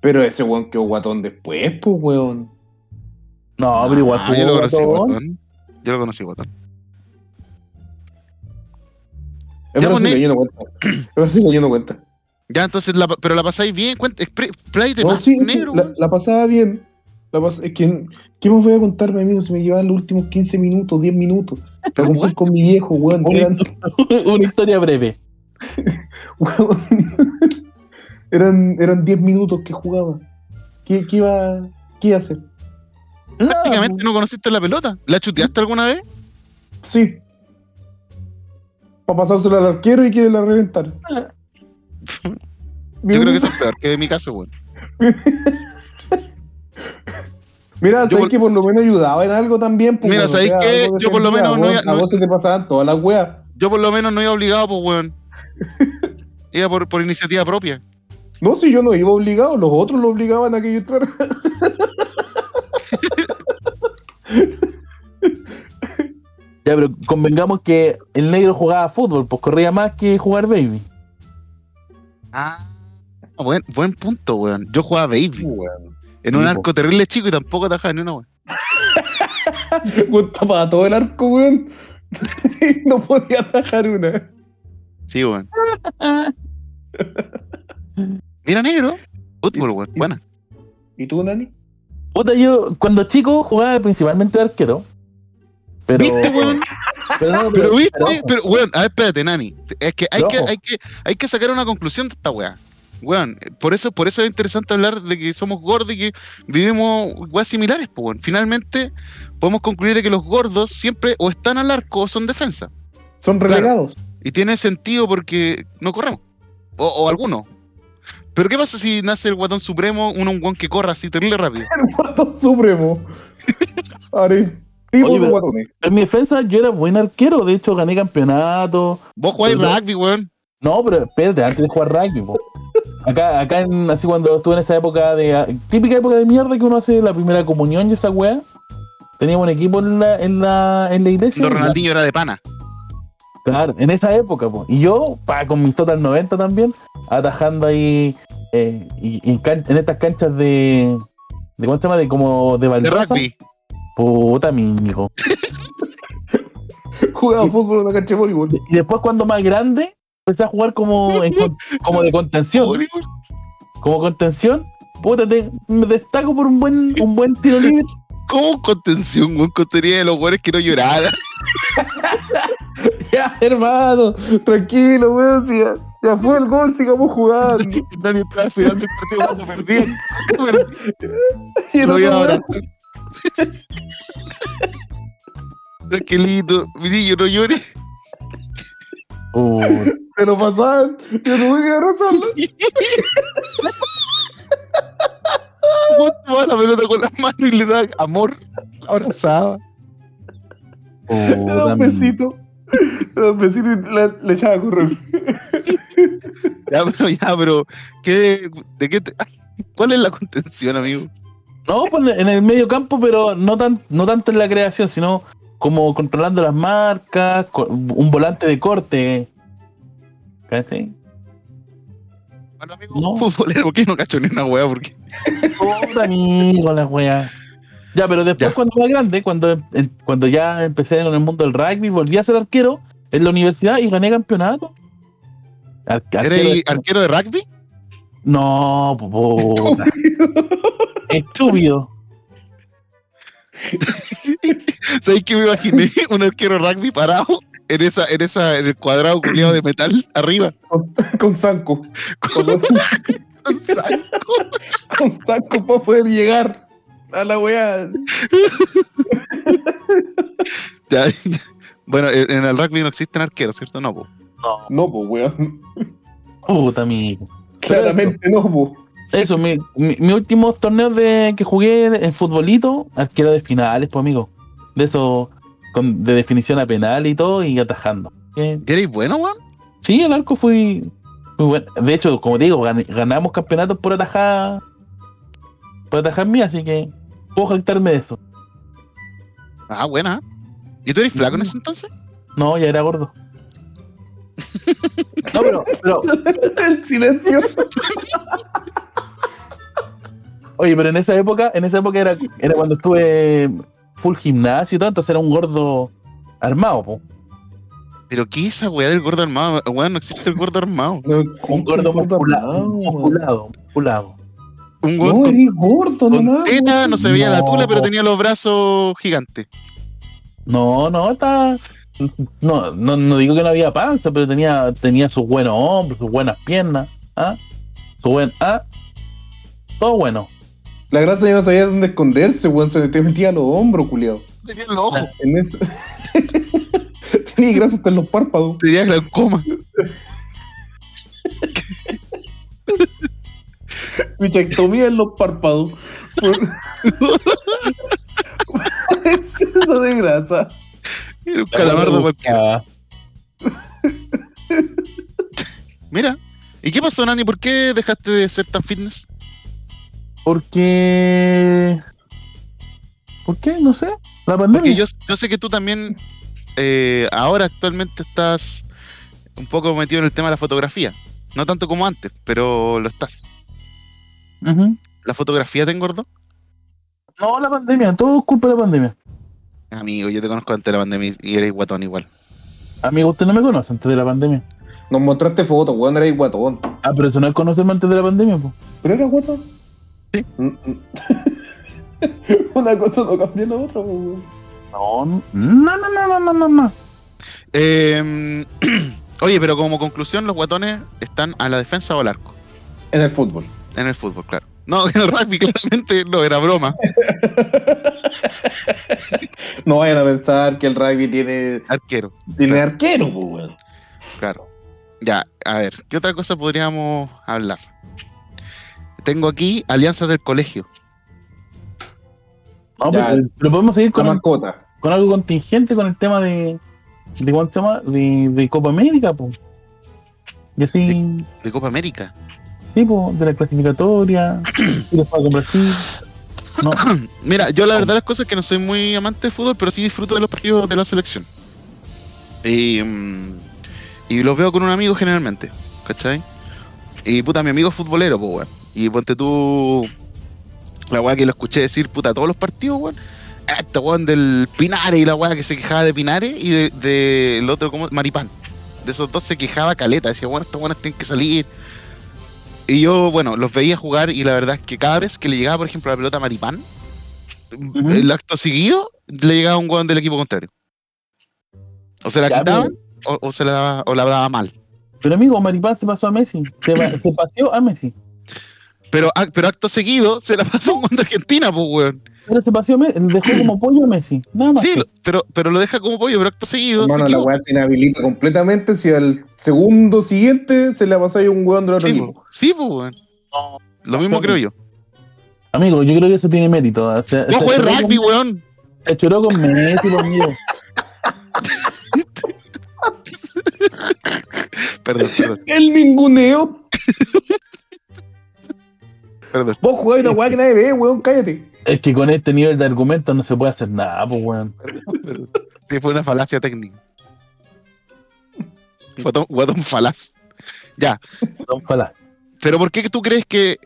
Pero ese weón quedó guatón después, pues, weón. No, pero igual Ah, yo lo jugó conocí guatón. guatón. Yo lo conocí guatón. Es Ya, pues, brasileño, no cuenta. Es brasileño, no cuenta. Ya, entonces, la, pa- pero la pasáis bien. Cuenta, expre- play de No, más sí, negro, la, weón. la pasaba bien. La pas- es que, ¿Qué más voy a contar, mi amigo? Si me llevaban los últimos 15 minutos, 10 minutos. Para cumplir con mi viejo, weón. Eran, Una historia breve. weón, eran, eran 10 minutos que jugaba. ¿Qué, qué iba qué iba a hacer? Nada, Prácticamente no conociste la pelota. ¿La chuteaste alguna vez? Sí. Para pasársela al arquero y quiere la reventar. Yo creo que eso es peor que en mi caso, weón. Mira, yo sabes por- que por lo menos ayudaba en algo también. pues, Mira, weón, ¿sabes qué? algo Yo por lo defendía, menos no weón. iba- A no- vos se te pasaban todas las weas. Yo por lo menos no iba obligado, pues, weón. Iba por, por iniciativa propia. No, si yo no iba obligado, los otros lo obligaban a que yo entrara. Ya, pero convengamos que el negro jugaba fútbol, pues corría más que jugar baby. Ah, buen, buen punto, weón. Yo jugaba baby. Weón. En un Sí, po. arco terrible chico y tampoco atajaba ni una, weón. Weón, tapaba todo el arco, weón. Y no podía atajar una. Sí, weón. Mira, negro. Fútbol, weón. Buena. ¿Y tú, Nani? Puta, yo cuando chico jugaba principalmente de arquero. Pero, ¿Viste, weón? pero, no, Pero viste, pero- pero, weón, a ver, espérate, Nani. Es que hay, Pero que, ojo. hay, que, hay que sacar una conclusión de esta weá. Weón, eh, por eso, por eso es interesante hablar de que somos gordos y que vivimos weas similares, pues weón. Finalmente, podemos concluir de que los gordos siempre o están al arco o son defensa. Son Claro. relegados. Y tiene sentido porque no corremos. O, o algunos. Pero ¿qué pasa si nace el guatón supremo, uno un guan que corra así terrible rápido? Guatón supremo. Ahora, tipo Oye, de pero- guatones. en mi defensa yo era buen arquero, de hecho gané campeonato. Vos jugáis Pero- rugby, weón. No, pero espérate, antes de jugar rugby, po. Acá, acá en- así cuando estuve en esa época de. ah, Típica época de mierda que uno hace la primera comunión y esa weá. Teníamos un equipo en la, en la, en la iglesia. Cuando Ronaldinho era de pana. Claro, en esa época, po. Y yo, pa, con mis total 90 también, atajando ahí eh, y- y en, can- en estas canchas de. ¿De cuánto se llama? De como de De baldosa. rugby. Puta, mi hijo. Jugaba fútbol en la cancha de voleibol. Y después, cuando más grande, empecé a jugar como, en con- como de contención. Voleibol. Como contención. Puta, te- me destaco por un buen, un buen tiro libre. ¿Cómo contención, weón? Contenía de los jugadores que no lloraban. Ya, hermano, tranquilo, weón. si ya, ya fue el gol, sigamos jugando. Nadie estaba cuidando el partido cuando perdían. Y el Lo voy a otro weón, abrazar. Tranquilito, mi niño, no llores. Puta. se lo pasaban. Yo no voy a abrazarlo. ¿Cómo tomaba la pelota con las manos y le daba amor? La abrazaba. Le daba un besito. Le daba un besito y la- le echaba a correr. Ya, pero, ya, pero, ¿qué, ¿de qué te- ay, ¿cuál es la contención, amigo? No, pues en el medio campo, pero no, tan, no tanto en la creación, sino como controlando las marcas, co- un volante de corte. ¿Cachai? Bueno, amigo, No. futbolero, ¿qué no cacho ni una weá? Porque Puta, amigo, la wea. Ya, pero después Ya. cuando era grande, cuando, eh, cuando ya empecé en el mundo del rugby, volví a ser arquero en la universidad y gané campeonato. Ar- arquero ¿Eres de- arquero de rugby? No, puta. Estúpido. ¿Sabes qué me imaginé? Un arquero rugby parado en esa, en esa, en el cuadrado culiado de metal arriba. Con, con Sanco. Con- con saco. Con Sanco para poder llegar a la weá. Ya, ya. Bueno, en en el rugby no existen arqueros, ¿cierto? No, po. No, pues, weón. Puta, amigo. Pero Claramente no, pues. Eso, mi, mi, mi últimos torneos de que jugué en futbolito, arquero de finales, pues amigo. De eso, con, de definición a penal y todo, y atajando. Eh, ¿Y eres bueno, weón? Sí, el arco fui muy bueno. De hecho, como te digo, gan- ganamos campeonatos por atajar. Por atajar mía, así que puedo jactarme de eso. Ah, buena. ¿Y tú eres flaco en ese entonces? No, ya era gordo. No, pero, pero, El silencio. oye, pero en esa época, en esa época era, era cuando estuve full gimnasio y todo, entonces era un gordo armado, po. ¿Pero qué es esa weá del gordo armado? Weón, no existe el gordo armado. No, un gordo muscula- musculado, musculado. Un weón No, con, eres gordo, con nomás. teta, no se veía la No. tula, pero tenía los brazos gigantes. No, no, está. No, no, no digo que no había panza, pero tenía, tenía sus buenos hombros, sus buenas piernas, ¿ah? Su buen. ¿ah? Todo bueno. La grasa ya no sabía dónde esconderse, weón. Se te metía a los hombros, culiado. Tenía los ojos, En eso. Tenía grasa hasta en los párpados. tenía glaucoma. Bichectomía en Pues, los párpados. Por- Exceso de grasa. Era un calamardo cualquiera. Ah, Mira. ¿Y qué pasó, Nani? ¿Por qué dejaste de ser tan fitness? Porque. ¿Por qué? No sé. La pandemia. Porque yo, yo sé que tú también eh, ahora actualmente estás un poco metido en el tema de la fotografía. No tanto como antes, pero lo estás. Ujú. ¿La fotografía te engordó? No, la pandemia. Todo es culpa de la pandemia. Amigo, yo te conozco antes de la pandemia y eres guatón igual. Amigo, usted no me conoce antes de la pandemia. Nos mostraste fotos, weón. Eres guatón. Ah, pero eso no es conocerme antes de la pandemia, po. ¿Pero eres guatón? Sí. Mm, mm. Una cosa no cambió la otra, pues, weón. No, no, no, no, no, no, no, no. Eh, oye, pero como conclusión, los guatones están a la defensa o al arco. En el fútbol. En el fútbol, claro. No, en el rugby claramente no, era broma. No vayan a pensar que el rugby tiene, Arquero, tiene arquero, pues, weón. claro. Ya, a ver, ¿qué otra cosa podríamos hablar? Tengo aquí alianzas del colegio. No, Ya. pero, pero podemos seguir La con el- mascota. con algo contingente con el tema de de ¿cuánto se llama? de, de Copa América pues y así De Copa América. tipo de la clasificatoria y después con Brasil no Mira, yo la verdad las cosas es que no soy muy amante de fútbol, pero sí disfruto de los partidos de la selección. Y, mm, y los veo con un amigo generalmente, ¿cachai? Y puta, mi amigo es futbolero, pues, weón. Y ponte tú. La weá que lo escuché decir, puta, todos los partidos, weón. Ah, Este weón del Pinares y la weá que se quejaba de Pinares y del de, el otro, como Maripán. De esos dos se quejaba caleta. Decía, bueno, estos weones tienen que salir. Y yo, bueno, los veía jugar y la verdad es que cada vez que le llegaba, por ejemplo, la pelota a Maripán, el acto seguido le llegaba un weón del equipo contrario. O se la Ya, quitaban o, o se la daba, o la daba mal. Pero amigo, Maripán se pasó a Messi. Se, va- se paseó a Messi. Pero, ac- pero acto seguido se la pasó un weón de Argentina, pues, weón. Pero se paseó a Messi. Dejó como pollo a Messi. Nada más. Sí, que lo- pero, pero lo deja como pollo, pero acto seguido. se Hermano, la equivoca. weá se inhabilita completamente si al segundo siguiente se la pasáis a un weón de otro sí, equipo. po, sí, po, weón. Lo mismo creo yo. eso. Amigo, yo creo que eso tiene mérito. O sea, Vos se jugué choró con- rugby, weón. Se choró con Messi, por mí. Perdón, perdón, pues. El ninguneo. perdón. Vos jugáis una weá que nadie ve, weón, cállate. Es que con este nivel de argumentos no se puede hacer nada, pues, weón. perdón. Sí, fue una falacia técnica. Guatón, guatón falaz. Don Palá. Pero ¿por qué tú crees que,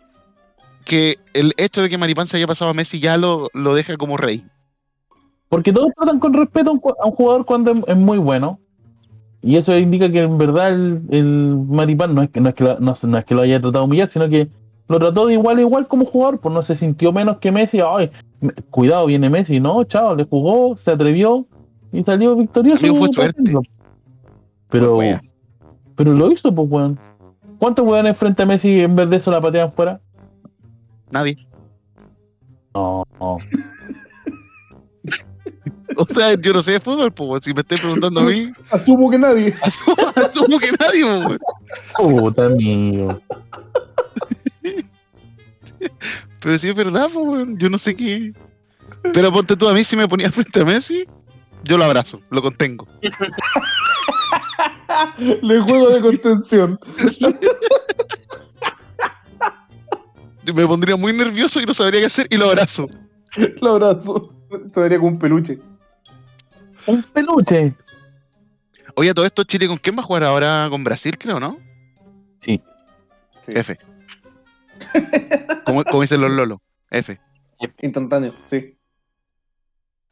que el hecho de que Maripán se haya pasado a Messi ya lo, lo deja como rey? Porque todos tratan con respeto a un, ju- a un jugador cuando es, es muy bueno. Y eso indica que en verdad el, el Maripán no es, que, no, es que lo, no es- no es que lo haya tratado de humillar, sino que lo trató de igual a igual como jugador, pues no se sintió menos que Messi. Ay, me- cuidado, viene Messi, no, chao, le jugó, se atrevió y salió victorioso. Amigo, fue suerte. pues, Pero, Fue wea. pero lo hizo, pues, weón. ¿Cuántos weones frente a Messi en vez de eso la patean fuera? Nadie. No, no. O sea, yo no sé de fútbol, pues, weón. si me estoy preguntando a mí, Asumo que nadie. asumo, asumo que nadie, po, weón. Puta mío. Pero sí es verdad, po, weón. Yo no sé qué. Pero ponte tú a mí, si me ponías frente a Messi, yo lo abrazo, lo contengo. Le juego de contención. Yo me pondría muy nervioso y no sabría qué hacer y lo abrazo. Lo abrazo. Se daría con un peluche. Un peluche. Oye, a todo esto, Chile, ¿con quién va a jugar ahora? ¿Con Brasil, creo, no? Sí. Sí. F. como, como dicen los lolos. F. Instantáneo, sí.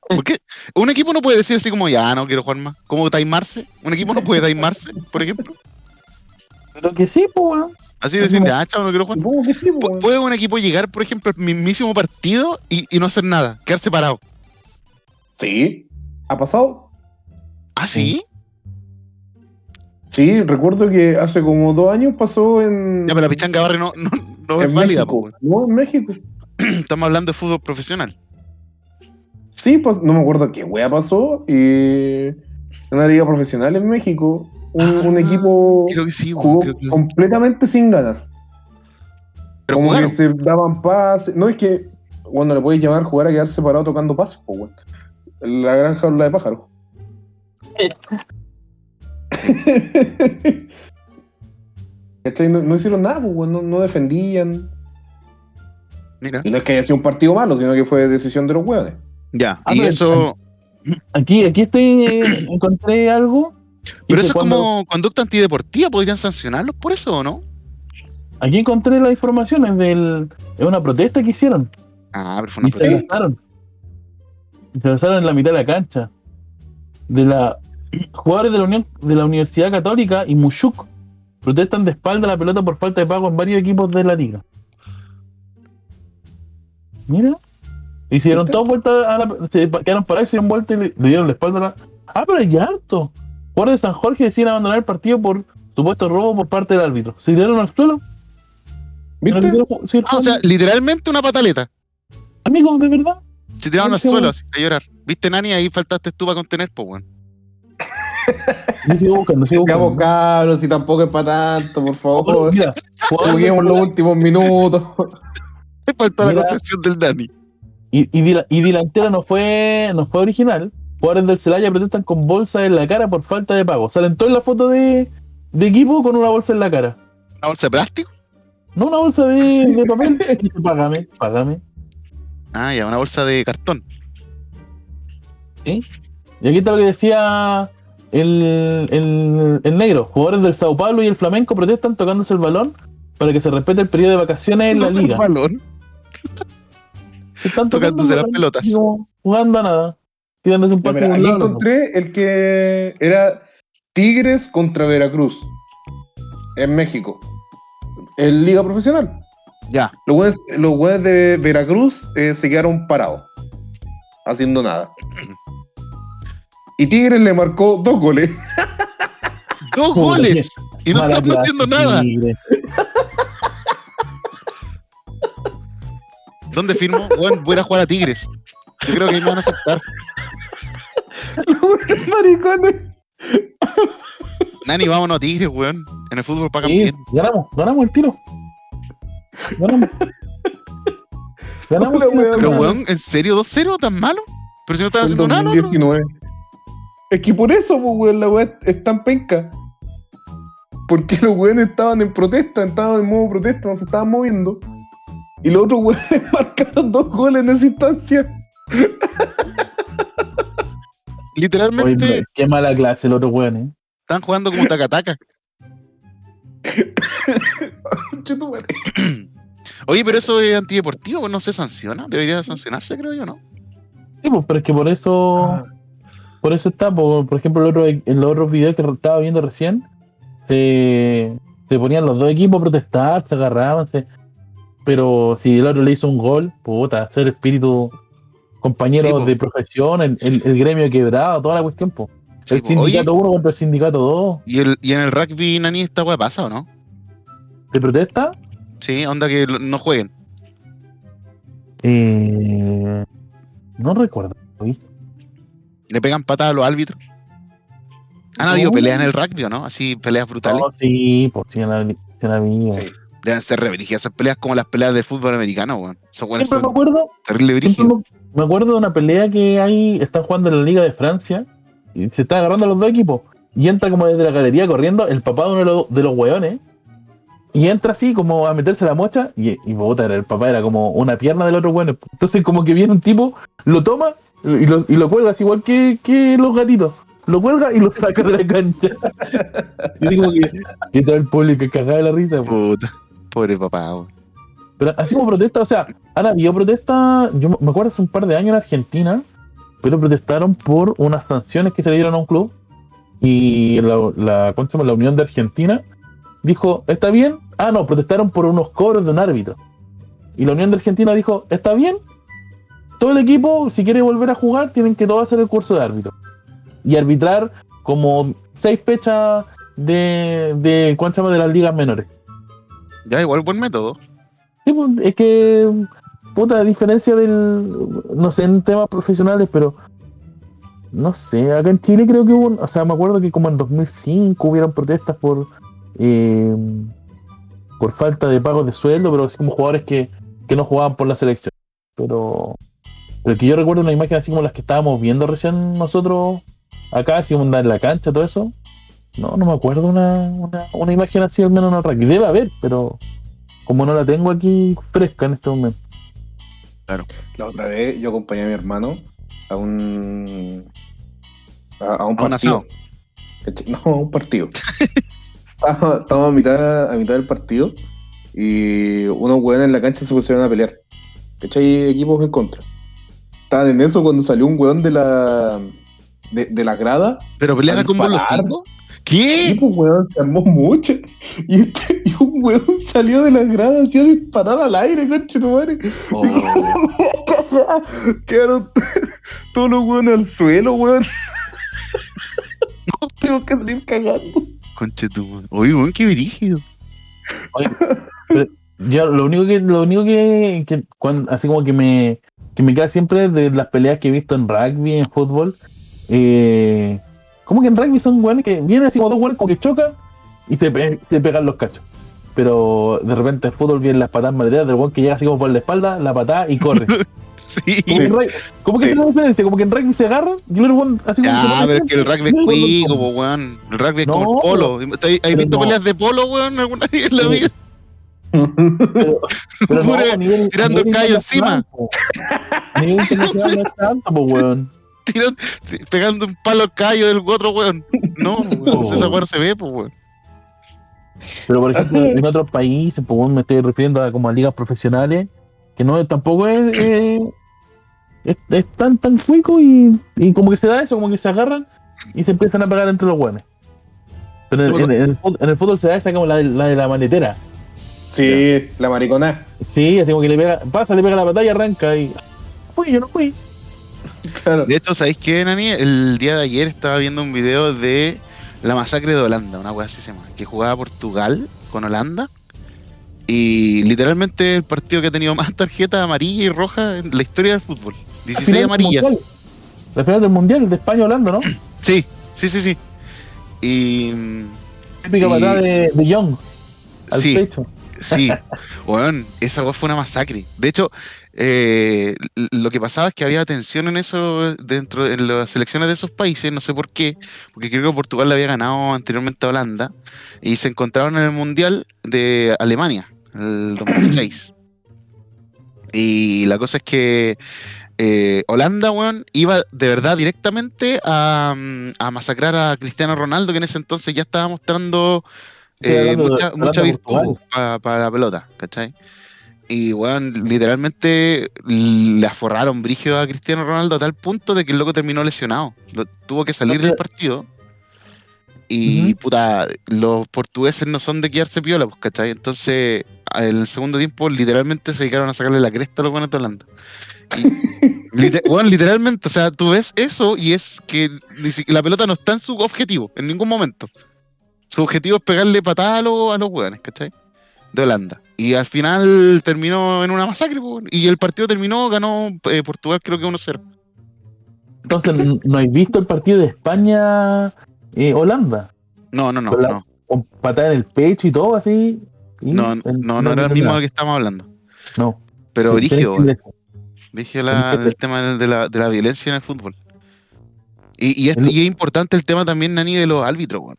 Porque un equipo no puede decir así como, ya, no quiero jugar más. Como taimarse. Un equipo no puede taimarse, por ejemplo. Pero que sí, pues, weón. Así decir, ya, chavo, no quiero jugar. Supongo que sí, Pu- weón. Puede un equipo llegar, por ejemplo, al mismísimo partido y, y no hacer nada, quedarse parado. Sí. ¿Ha pasado? ¿Ah, sí? Sí, recuerdo que hace como dos años pasó en. Ya, pero la pichanga barre no, no, no es en válida, po, México. weón. No, en México. Estamos hablando de fútbol profesional. Sí, pues no me acuerdo qué wea pasó. Y una liga profesional en México. Un, un Ah, equipo Creo que sí, weón, jugó creo que- completamente sin ganas. Pero Como jugaron. que se daban pases. No es que, bueno, le podéis llamar jugar a quedarse parado tocando pases, po, weón. La gran jaula de pájaros. ¿Cachai? No, no hicieron nada, po, weón. No, no defendían. Mira. Y no es que haya sido un partido malo, sino que fue decisión de los hueones. Ya. Ah, y pero- eso. Aquí, aquí estoy, eh, encontré algo. Pero Dice, eso es cuando- como conducta antideportiva, podrían sancionarlos por eso o no? Aquí encontré las informaciones del, de una protesta que hicieron. Ah, pero fue una y se protesta. lanzaron. Y se lanzaron en la mitad de la cancha. De la jugadores de la Unión de la Universidad Católica y Mushuk protestan de espalda a la pelota por falta de pago en varios equipos de la liga. Mira. Hicieron ¿Viste? todos vueltas a la se pa- quedaron parados, hicieron vuelta y le, le dieron la espalda a la. Ah, pero hay harto. Jugadores de San Jorge deciden abandonar el partido por supuesto robo por parte del árbitro. Se tiraron al suelo. ¿Viste? Pero siguieron ju- siguieron Ah, o sea, jugando. literalmente una pataleta. Amigos, de verdad. Se tiraron al Ese suelo weón. así, a llorar. ¿Viste, Nani? Ahí faltaste tú para contener, pues, weón. Yo sigo buscando, sigo Digamos, buscando. cabros, si tampoco es para tanto, por favor. Mira, jugadores de- Juguemos los últimos minutos. Te faltó la Mira. contención del Nani. Y, y, dila- y delantera no fue, no fue original. Jugadores del Celaya protestan con bolsa en la cara por falta de pago. Salen todos en la foto de, de equipo con una bolsa en la cara. ¿Una bolsa de plástico? No una bolsa de, de papel. Y dice, págame, págame. Ah, ya, una bolsa de cartón. Y aquí está lo que decía el, el, el negro. Jugadores del Sao Paulo y el Flamenco protestan tocándose el balón para que se respete el periodo de vacaciones en la Dándose el liga. balón, Que están tocándose las pelotas. así como jugando a nada. Tirándose un Ya, pase mira, de un aquí lado al otro. encontré el que era Tigres contra Veracruz en México, en Liga Profesional. Ya. Los güeyes, los güeyes de Veracruz eh, se quedaron parados, haciendo nada. Y Tigres le marcó dos goles. Dos Puta, goles y no Mala estamos clase, haciendo nada. Tigre. ¿Dónde firmo? Bueno, voy a ir a jugar a Tigres. Yo creo que ahí me van a aceptar. Los güeyes maricones. Nani, vámonos a Tigres, weón. En el fútbol pagan Sí, bien. ganamos, ganamos el tiro. Ganamos. Ganamos Hola, el tiro. weón. Pero, Ganamos. weón, ¿en serio 2-0? ¿Tan malo? Pero si no están El haciendo nada, no, no. 2019. Es que por eso, pues, weón, la weá es tan penca. Porque los weones estaban en protesta, estaban en modo protesta, no se estaban moviendo. Y los otros weones marcaron dos goles en esa instancia. Oye, Literalmente hombre, qué mala clase el otro weón, eh. están jugando como tacataca. Chetumare. Oye, pero eso es antideportivo, pues, no se sanciona. Debería sancionarse, creo yo, ¿no? Sí, pues, pero es que por eso. Por eso está, por, por ejemplo, el otro, el otro video que estaba viendo recién, se, se ponían los dos equipos a protestar, se agarraban, se- pero si el otro le hizo un gol, puta, ser espíritu compañero Sí, po. de profesión, el, el- el gremio quebrado, toda la cuestión, po. Sí, el po. sindicato 1 contra el sindicato 2, Y, el, y en el rugby, Nani, esta weá pasa, ¿o no? ¿te protesta? Sí, onda que lo- no jueguen. Eh, no recuerdo. Le pegan patadas a los árbitros. Han habido No. peleas en el rugby, ¿o no? Así, peleas brutales. No, sí, por si la, sí la vi. Sí. Deben ser re brígidas esas peleas como las peleas del fútbol americano, weón. Esos weones Siempre me son acuerdo terrible Siempre brígidos. Me me acuerdo de una pelea que hay, están jugando en la Liga de Francia, y se están agarrando los dos equipos, y entra como desde la galería corriendo el papá de uno de los, de los hueones, y entra así como a meterse la mocha, y, y puta, era- el papá era como una pierna del otro hueón. Entonces como que viene un tipo, lo toma y lo, y lo cuelga, así igual que, que los gatitos. Lo cuelga y lo saca de la cancha. Y así como que, y todo el público cagado de la risa. po. Puta. Pobre papá, weón. Pero así como protesta, o sea, han habido protestas, yo me acuerdo hace un par de años en Argentina, pero protestaron por unas sanciones que se le dieron a un club y la, la, ¿cómo se llama? la Unión de Argentina dijo, ¿está bien? Ah, no, protestaron por unos cobros de un árbitro. Y la Unión de Argentina dijo, ¿está bien? Todo el equipo, si quiere volver a jugar, tienen que todo hacer el curso de árbitro. Y arbitrar como seis fechas de, de, ¿cómo se llama? de las ligas menores. Ya, igual buen método. Sí, pues, es que, puta, a diferencia del, no sé, en temas profesionales, pero, no sé, acá en Chile creo que hubo, un- o sea, me acuerdo que como en 2005 hubieron protestas por, eh, por falta de pagos de sueldo, pero así como jugadores que, que no jugaban por la selección. Pero, pero que yo recuerdo una imagen así como las que estábamos viendo recién nosotros, acá, así como andar en la cancha, todo eso. No, no me acuerdo una, una, una imagen así, al menos en el rugby. Debe haber, pero como no la tengo aquí fresca en este momento. La otra vez yo acompañé a mi hermano a un. a, a un A un partido. asado. ¿Cachai? no, a un partido. Estábamos estábamos a mitad, a mitad del partido y unos hueones en la cancha se pusieron a pelear. ¿Cachai? Equipos en contra. Estaban en eso cuando salió un hueón de la. de, de la grada. Pero pelear Al con vos los parar. tipos. ¿Qué? Y pues hueón se armó mucho. Y, este- y un hueón salió de la grada así a disparar al aire, conche tu madre. Oh, Quedaron todos los hueones al suelo, hueón. No tengo que salir cagando. conche tu madre. Oye, weón, qué brígido. Yo lo único que, lo único que, que cuan- así como que me, que me queda siempre de las peleas que he visto en rugby, en fútbol, eh, como que en rugby son weones que vienen así como dos weones como que chocan y se, pe- se pegan los cachos. Pero de repente en fútbol vienen las patadas madereras del weón que llega así como por la espalda, la patada y corre. Sí. Como que, en rugby- como que Sí. tiene una diferencia, como que en rugby se agarran y el otro weón así como Ya, se Ah, pero es que el rugby es No, no, cuico, no. po, weón. El rugby es No, como el polo. ¿Has has pero visto no. peleas de polo, weón, alguna vez en la Sí. vida? Pero no, Pure, a nivel- tirando a nivel el callo internacional, encima. po. A nivel internacional no es tanto, po, weón. Tiran- t- pegando un palo al callo del otro, weón. No, weón, esa weón se ve, pues, weón. Pero por ejemplo, en otros países, pues, bueno, me estoy refiriendo a como a ligas profesionales, que no tampoco es, eh, es, es tan tan cuico y, y como que se da eso, como que se agarran y se empiezan a pagar entre los buenos. Pero en, en- en el, fut- en el fútbol se da esta como la, de- la de la maletera. Sí, la maricona. Sí, así como que le pega, pasa, le pega la batalla, arranca y. "Ah, Fui, yo no fui. Claro. De hecho, ¿sabéis qué, Nani? El día de ayer estaba viendo un video de la masacre de Holanda, una weá así se llama, que jugaba Portugal con Holanda. Y literalmente el partido que ha tenido más tarjetas amarillas y rojas en la historia del fútbol. 16 Final amarillas. del Mundial. La final del mundial de España Holanda, ¿no? Sí, sí, sí, sí. Y. mm, Típica Y- patada de, de Young al sí, pecho. Sí, weón, esa weá fue una masacre. De hecho, eh, l- lo que pasaba es que había tensión en eso dentro de las selecciones de esos países, no sé por qué, porque creo que Portugal le había ganado anteriormente a Holanda y se encontraron en el Mundial de Alemania, el 2006. Y la cosa es que eh, Holanda, weón, iba de verdad directamente a, mm, a masacrar a Cristiano Ronaldo, que en ese entonces ya estaba mostrando Estoy eh, hablando de- mucha, hablando mucha de virtud Portugal. para, la pelota, ¿cachai? Y, weón, literalmente le aforraron brigio a Cristiano Ronaldo a tal punto de que el loco terminó lesionado. Lo- tuvo que salir del partido. Y, puta, los portugueses no son de quedarse piola, pues, ¿cachai? Entonces, en el segundo tiempo, literalmente se dedicaron a sacarle la cresta a los buenos de Holanda. Y, lite- weón, literalmente, o sea, tú ves eso y es que ni si- la pelota no está en su objetivo, en ningún momento. Su objetivo es pegarle patada a, los- a los hueones, ¿cachai? De Holanda. Y al final terminó en una masacre, po, weón. y el partido terminó, ganó eh, Portugal creo que 1-0. Entonces, n- ¿no has visto el partido de España-Holanda? No, no, no, Hola. no. con patada en el pecho y todo así. Y No, no, el- no, no era el mismo del que estábamos hablando. No. Pero Tenés que brígido, weón. ver eso. Dije la- Tenés que- el tema del- de la, de la violencia en el fútbol. Y, y, es, El- y es importante el tema también, Nani, de los árbitros, weón.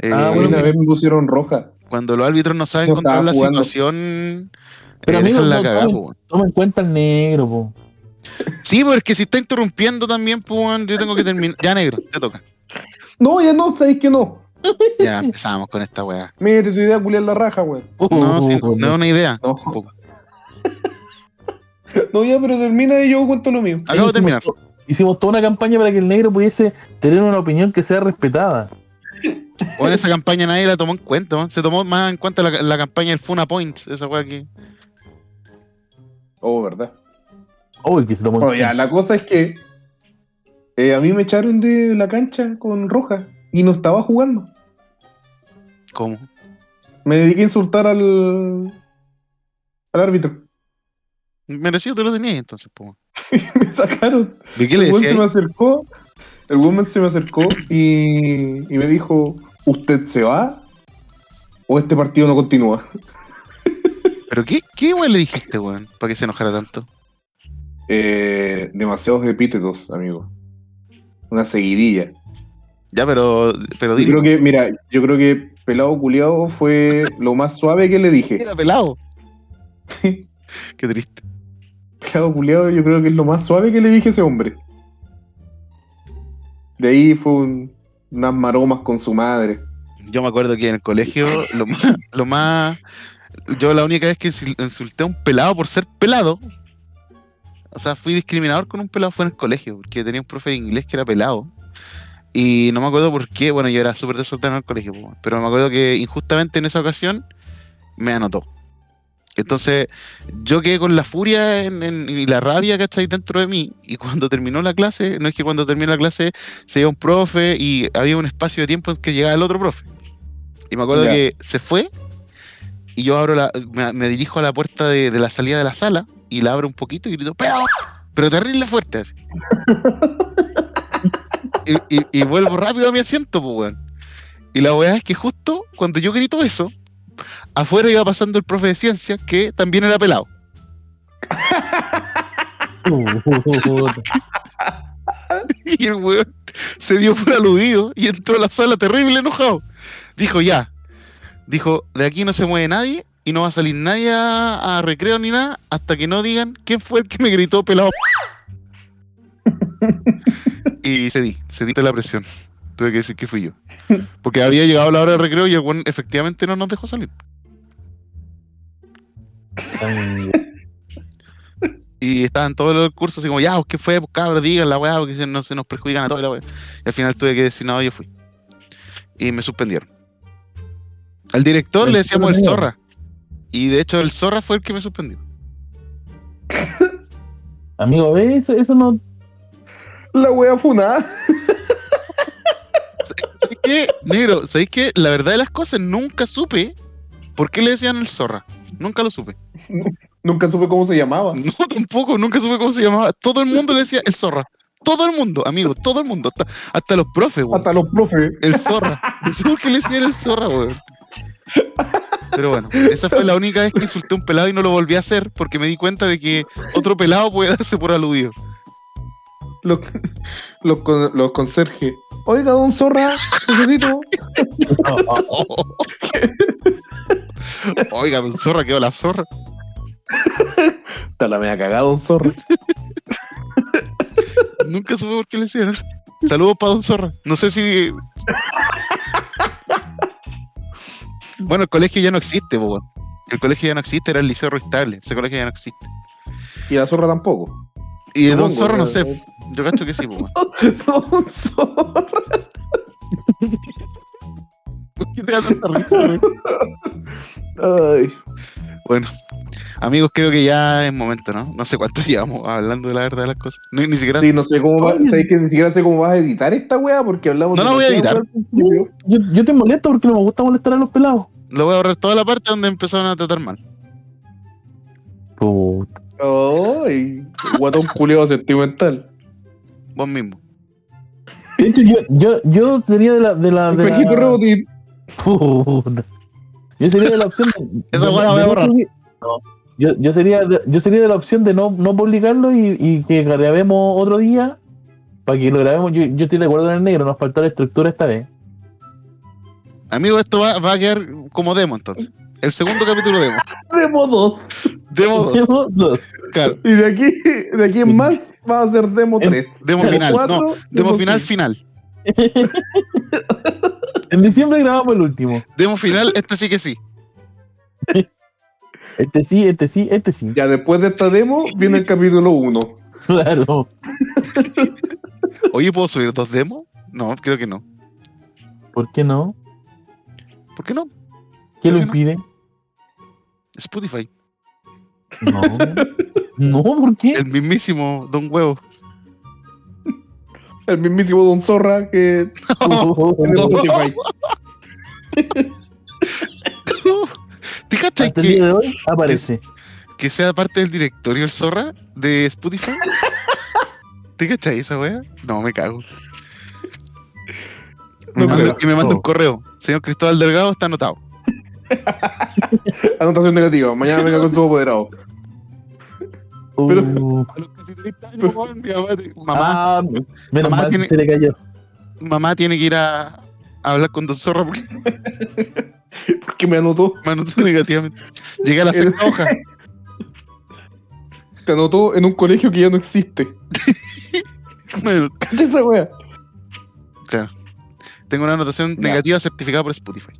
Eh, Ah, bueno, una vez me pusieron roja. cuando los árbitros no saben Yo controlar estaba la jugando. situación, Pero, eh, amigo, dejan la no cagada, saben. po, weón. Toma en cuenta el negro, po. Sí, porque si está interrumpiendo también, pues, weón, yo tengo que terminar. Ya, negro, te toca. No, ya no, sabéis que no. Ya empezamos con esta weá. Mírate tu idea, culiar la raja, weón. No, Uh, pues, sí, po, no es una idea. No. tampoco. No, ya, pero termina y yo cuento lo mío. Acabo de terminar. Hicimos, to- hicimos toda una campaña para que el negro pudiese tener una opinión que sea respetada. Bueno, esa campaña nadie la tomó en cuenta, weón. Se tomó más en cuenta la, la campaña del Funa Point, esa weá que. Oh, verdad. Uy, que se tomó. Bueno, Oh, ya, la cosa es que eh, a mí me echaron de la cancha con roja y no estaba jugando. ¿Cómo? Me dediqué a insultar al, al árbitro. Merecido te lo tenías entonces, pues. weón. me sacaron. ¿De qué le El weón decía? se me acercó. El woman se me acercó y, y me dijo: ¿Usted se va? ¿O este partido no continúa? ¿Pero qué, qué weón le dijiste, weón? Para que se enojara tanto. Eh, demasiados epítetos, amigo. Una seguidilla. Ya, pero, pero Yo dilo. creo que, mira, yo creo que pelado culiado fue lo más suave que le dije. Era pelado. Sí. Qué triste. Pelado culiado, yo creo que es lo más suave que le dije a ese hombre. De ahí fue un- unas maromas con su madre. Yo me acuerdo que en el colegio, lo más, lo más. Yo la única vez que insul- insulté a un pelado por ser pelado. O sea, fui discriminador con un pelado fue en el colegio, porque tenía un profe de inglés que era pelado. Y no me acuerdo por qué, bueno, yo era súper desordenado en el colegio, po, pero me acuerdo que injustamente en esa ocasión me anotó. Entonces, yo quedé con la furia en- en- y la rabia, ¿cachai? Dentro de mí. Y cuando terminó la clase, no es que cuando terminó la clase se iba un profe y había un espacio de tiempo en que llegaba el otro profe. Y me acuerdo Ya. que se fue y yo abro la, me, me dirijo a la puerta de, de la salida de la sala y la abro un poquito y grito, pero, pero terrible fuerte. así. y, y- y vuelvo rápido a mi asiento, pues, weón. Y la weá es que justo cuando yo grito eso, afuera iba pasando el profe de ciencias que también era pelado. Y el weón se dio por aludido y entró a la sala terrible enojado. Dijo, ya. Dijo, de aquí no se mueve nadie y no va a salir nadie a, a recreo ni nada hasta que no digan quién fue el que me gritó pelado. y cedí, cedí ante la presión. Tuve que decir que fui yo. Porque había llegado la hora de recreo y el weón efectivamente no nos dejó salir. Y estaban todos los cursos así como, ya, ¿qué fue? Pues cabros, digan la weá, porque si no se nos perjudican a todos la weá. Y al final tuve que decir, no, yo fui. Y me suspendieron. Al director le decíamos el zorra. Y de hecho el zorra fue el que me suspendió. Amigo, ve, eso, eso no. La wea funada. ¿Sabéis qué, negro? ¿Sabéis qué? La verdad de las cosas, nunca supe por qué le decían el zorra. Nunca lo supe. Nunca supe cómo se llamaba. No, tampoco, nunca supe cómo se llamaba. Todo el mundo le decía el zorra. Todo el mundo, amigo, todo el mundo. Hasta, hasta los profes, weón. Hasta los profes. El zorra. No sé por qué le decían el zorra, weón. Pero bueno, esa fue la única vez que insulté a un pelado y no lo volví a hacer porque me di cuenta de que otro pelado puede darse por aludido. Los, los, con- los conserjes. Oiga, don Zorra, necesito. Oiga, don zorra, quedó la zorra. Está la media cagada, don Zorra. Nunca supe por qué le decían. Saludos para Don Zorra. No sé si. Bueno, el colegio ya no existe, po, weón. El colegio ya no existe, era el liceo restable. Ese colegio ya no existe. Y la Zorra tampoco. Y de Don Supongo, Zorra no pero- sé. Yo cacho que sí, po, weón. Don Zorra. Ay. Bueno, amigos, creo que ya es momento, ¿no? No sé cuánto llevamos hablando de la verdad de las cosas. Ni, ni siquiera. Sí, no sé cómo va, sabes que ni siquiera sé cómo vas a editar esta wea porque hablamos No la voy a demasiado editar. al principio. Yo, yo te molesto porque no me gusta molestar a los pelados. Lo voy a ahorrar toda la parte donde empezaron a tratar mal. Puta. Ay, guatón culiado sentimental. Vos mismo. De hecho, yo, yo, yo sería de la. De la, de Espejito la rebotín. Puta. Yo sería de la opción. de- Esa de- hueá la de voy a no borrar. subir- no. Yo, yo, sería de, yo sería de la opción de no, no publicarlo y, y que grabemos otro día para que lo grabemos. Yo, yo estoy de acuerdo en el negro, nos faltó la estructura esta vez. Amigos, esto va, va a quedar como demo entonces. El segundo capítulo demo. Demo dos. Demo 2, Tenemos dos. claro. Y de aquí, de aquí en más va a ser demo En- 3. Demo final, no. Demo final, final. En diciembre grabamos el último. Demo final, este sí que sí. Este sí, este sí, este sí. Ya después de esta demo viene el capítulo 1. Claro. Oye, ¿puedo subir dos demos? No, creo que no. ¿Por qué no? ¿Por qué no? ¿Qué lo ¿Por qué impide? Spotify. No. No, ¿por qué? El mismísimo Don Huevo. El mismísimo Don Zorra que tiene Spotify. ¿Te cachas Hasta el día que, de hoy aparece. que sea parte del directorio el zorra de Spotify? ¿Te cachas esa wea? No, me cago. Me No manda- creo. y me manda un correo. Señor Cristóbal Delgado está anotado. Anotación negativa. Mañana venga con tu apoderado. pero- Uh, A los casi 30 años, weón, mi mamá te- mamá, ah, menos mamá mal tiene- que se le cayó. mamá tiene que ir a, a hablar con Don Zorra porque Porque me anotó. me anotó negativamente. Llegué a la sexta hoja. Te anotó en un colegio que ya no existe. Bueno, ¿Qué esa wea? claro. Tengo una anotación Ya. negativa certificada por Spotify.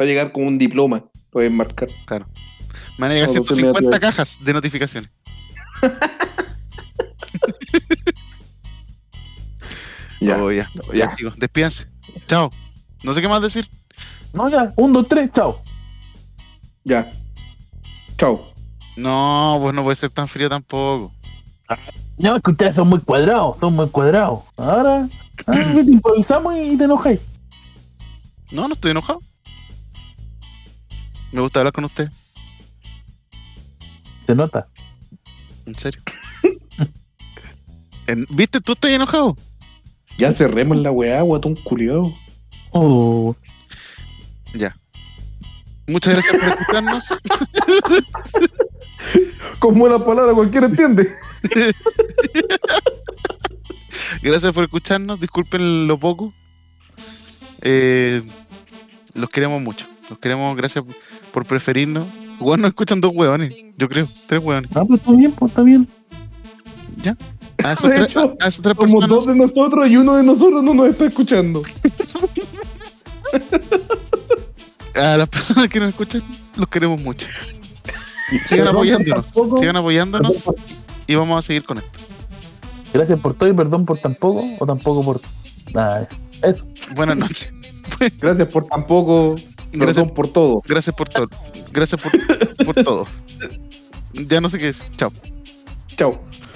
Va a llegar con un diploma. Lo voy a enmarcar. Me van a llegar Anotación 150 negativa. cajas de notificaciones. Ya. Oh, ya. ya. Ya, chicos, despídanse. Chao. No sé qué más decir. No, ya. Un, dos, tres, chao. Ya. Chao. No, pues no puede ser tan frío tampoco. No, es que ustedes son muy cuadrados, son muy cuadrados. Ahora, ahora te improvisamos y te enojáis. No, no estoy enojado. Me gusta hablar con usted, Se nota. en serio. En- ¿Viste? ¿Tú estás enojado? Ya cerremos la weá, guatón culiao. Uh, Muchas gracias por escucharnos. Con buena palabra cualquiera entiende. Gracias por escucharnos. Disculpen lo poco. Eh, los queremos mucho. Los queremos. Gracias por preferirnos. Igual nos escuchan dos hueones, yo creo. Tres hueones. ah, pues está bien, pues está bien. Ah, a esos tres- hecho, a- a esas tres Somos personas dos de nosotros y uno de nosotros no nos está escuchando. a las personas que nos escuchan, los queremos mucho. Sigan apoyándonos, tampoco- sigan apoyándonos y vamos a seguir con esto. Gracias por todo y perdón por tampoco o tampoco por nada. Buenas noches. Gracias por tampoco. Gracias, Perdón por todo. gracias por todo. Gracias por, por todo. Ya no sé qué es. Chao. Chao.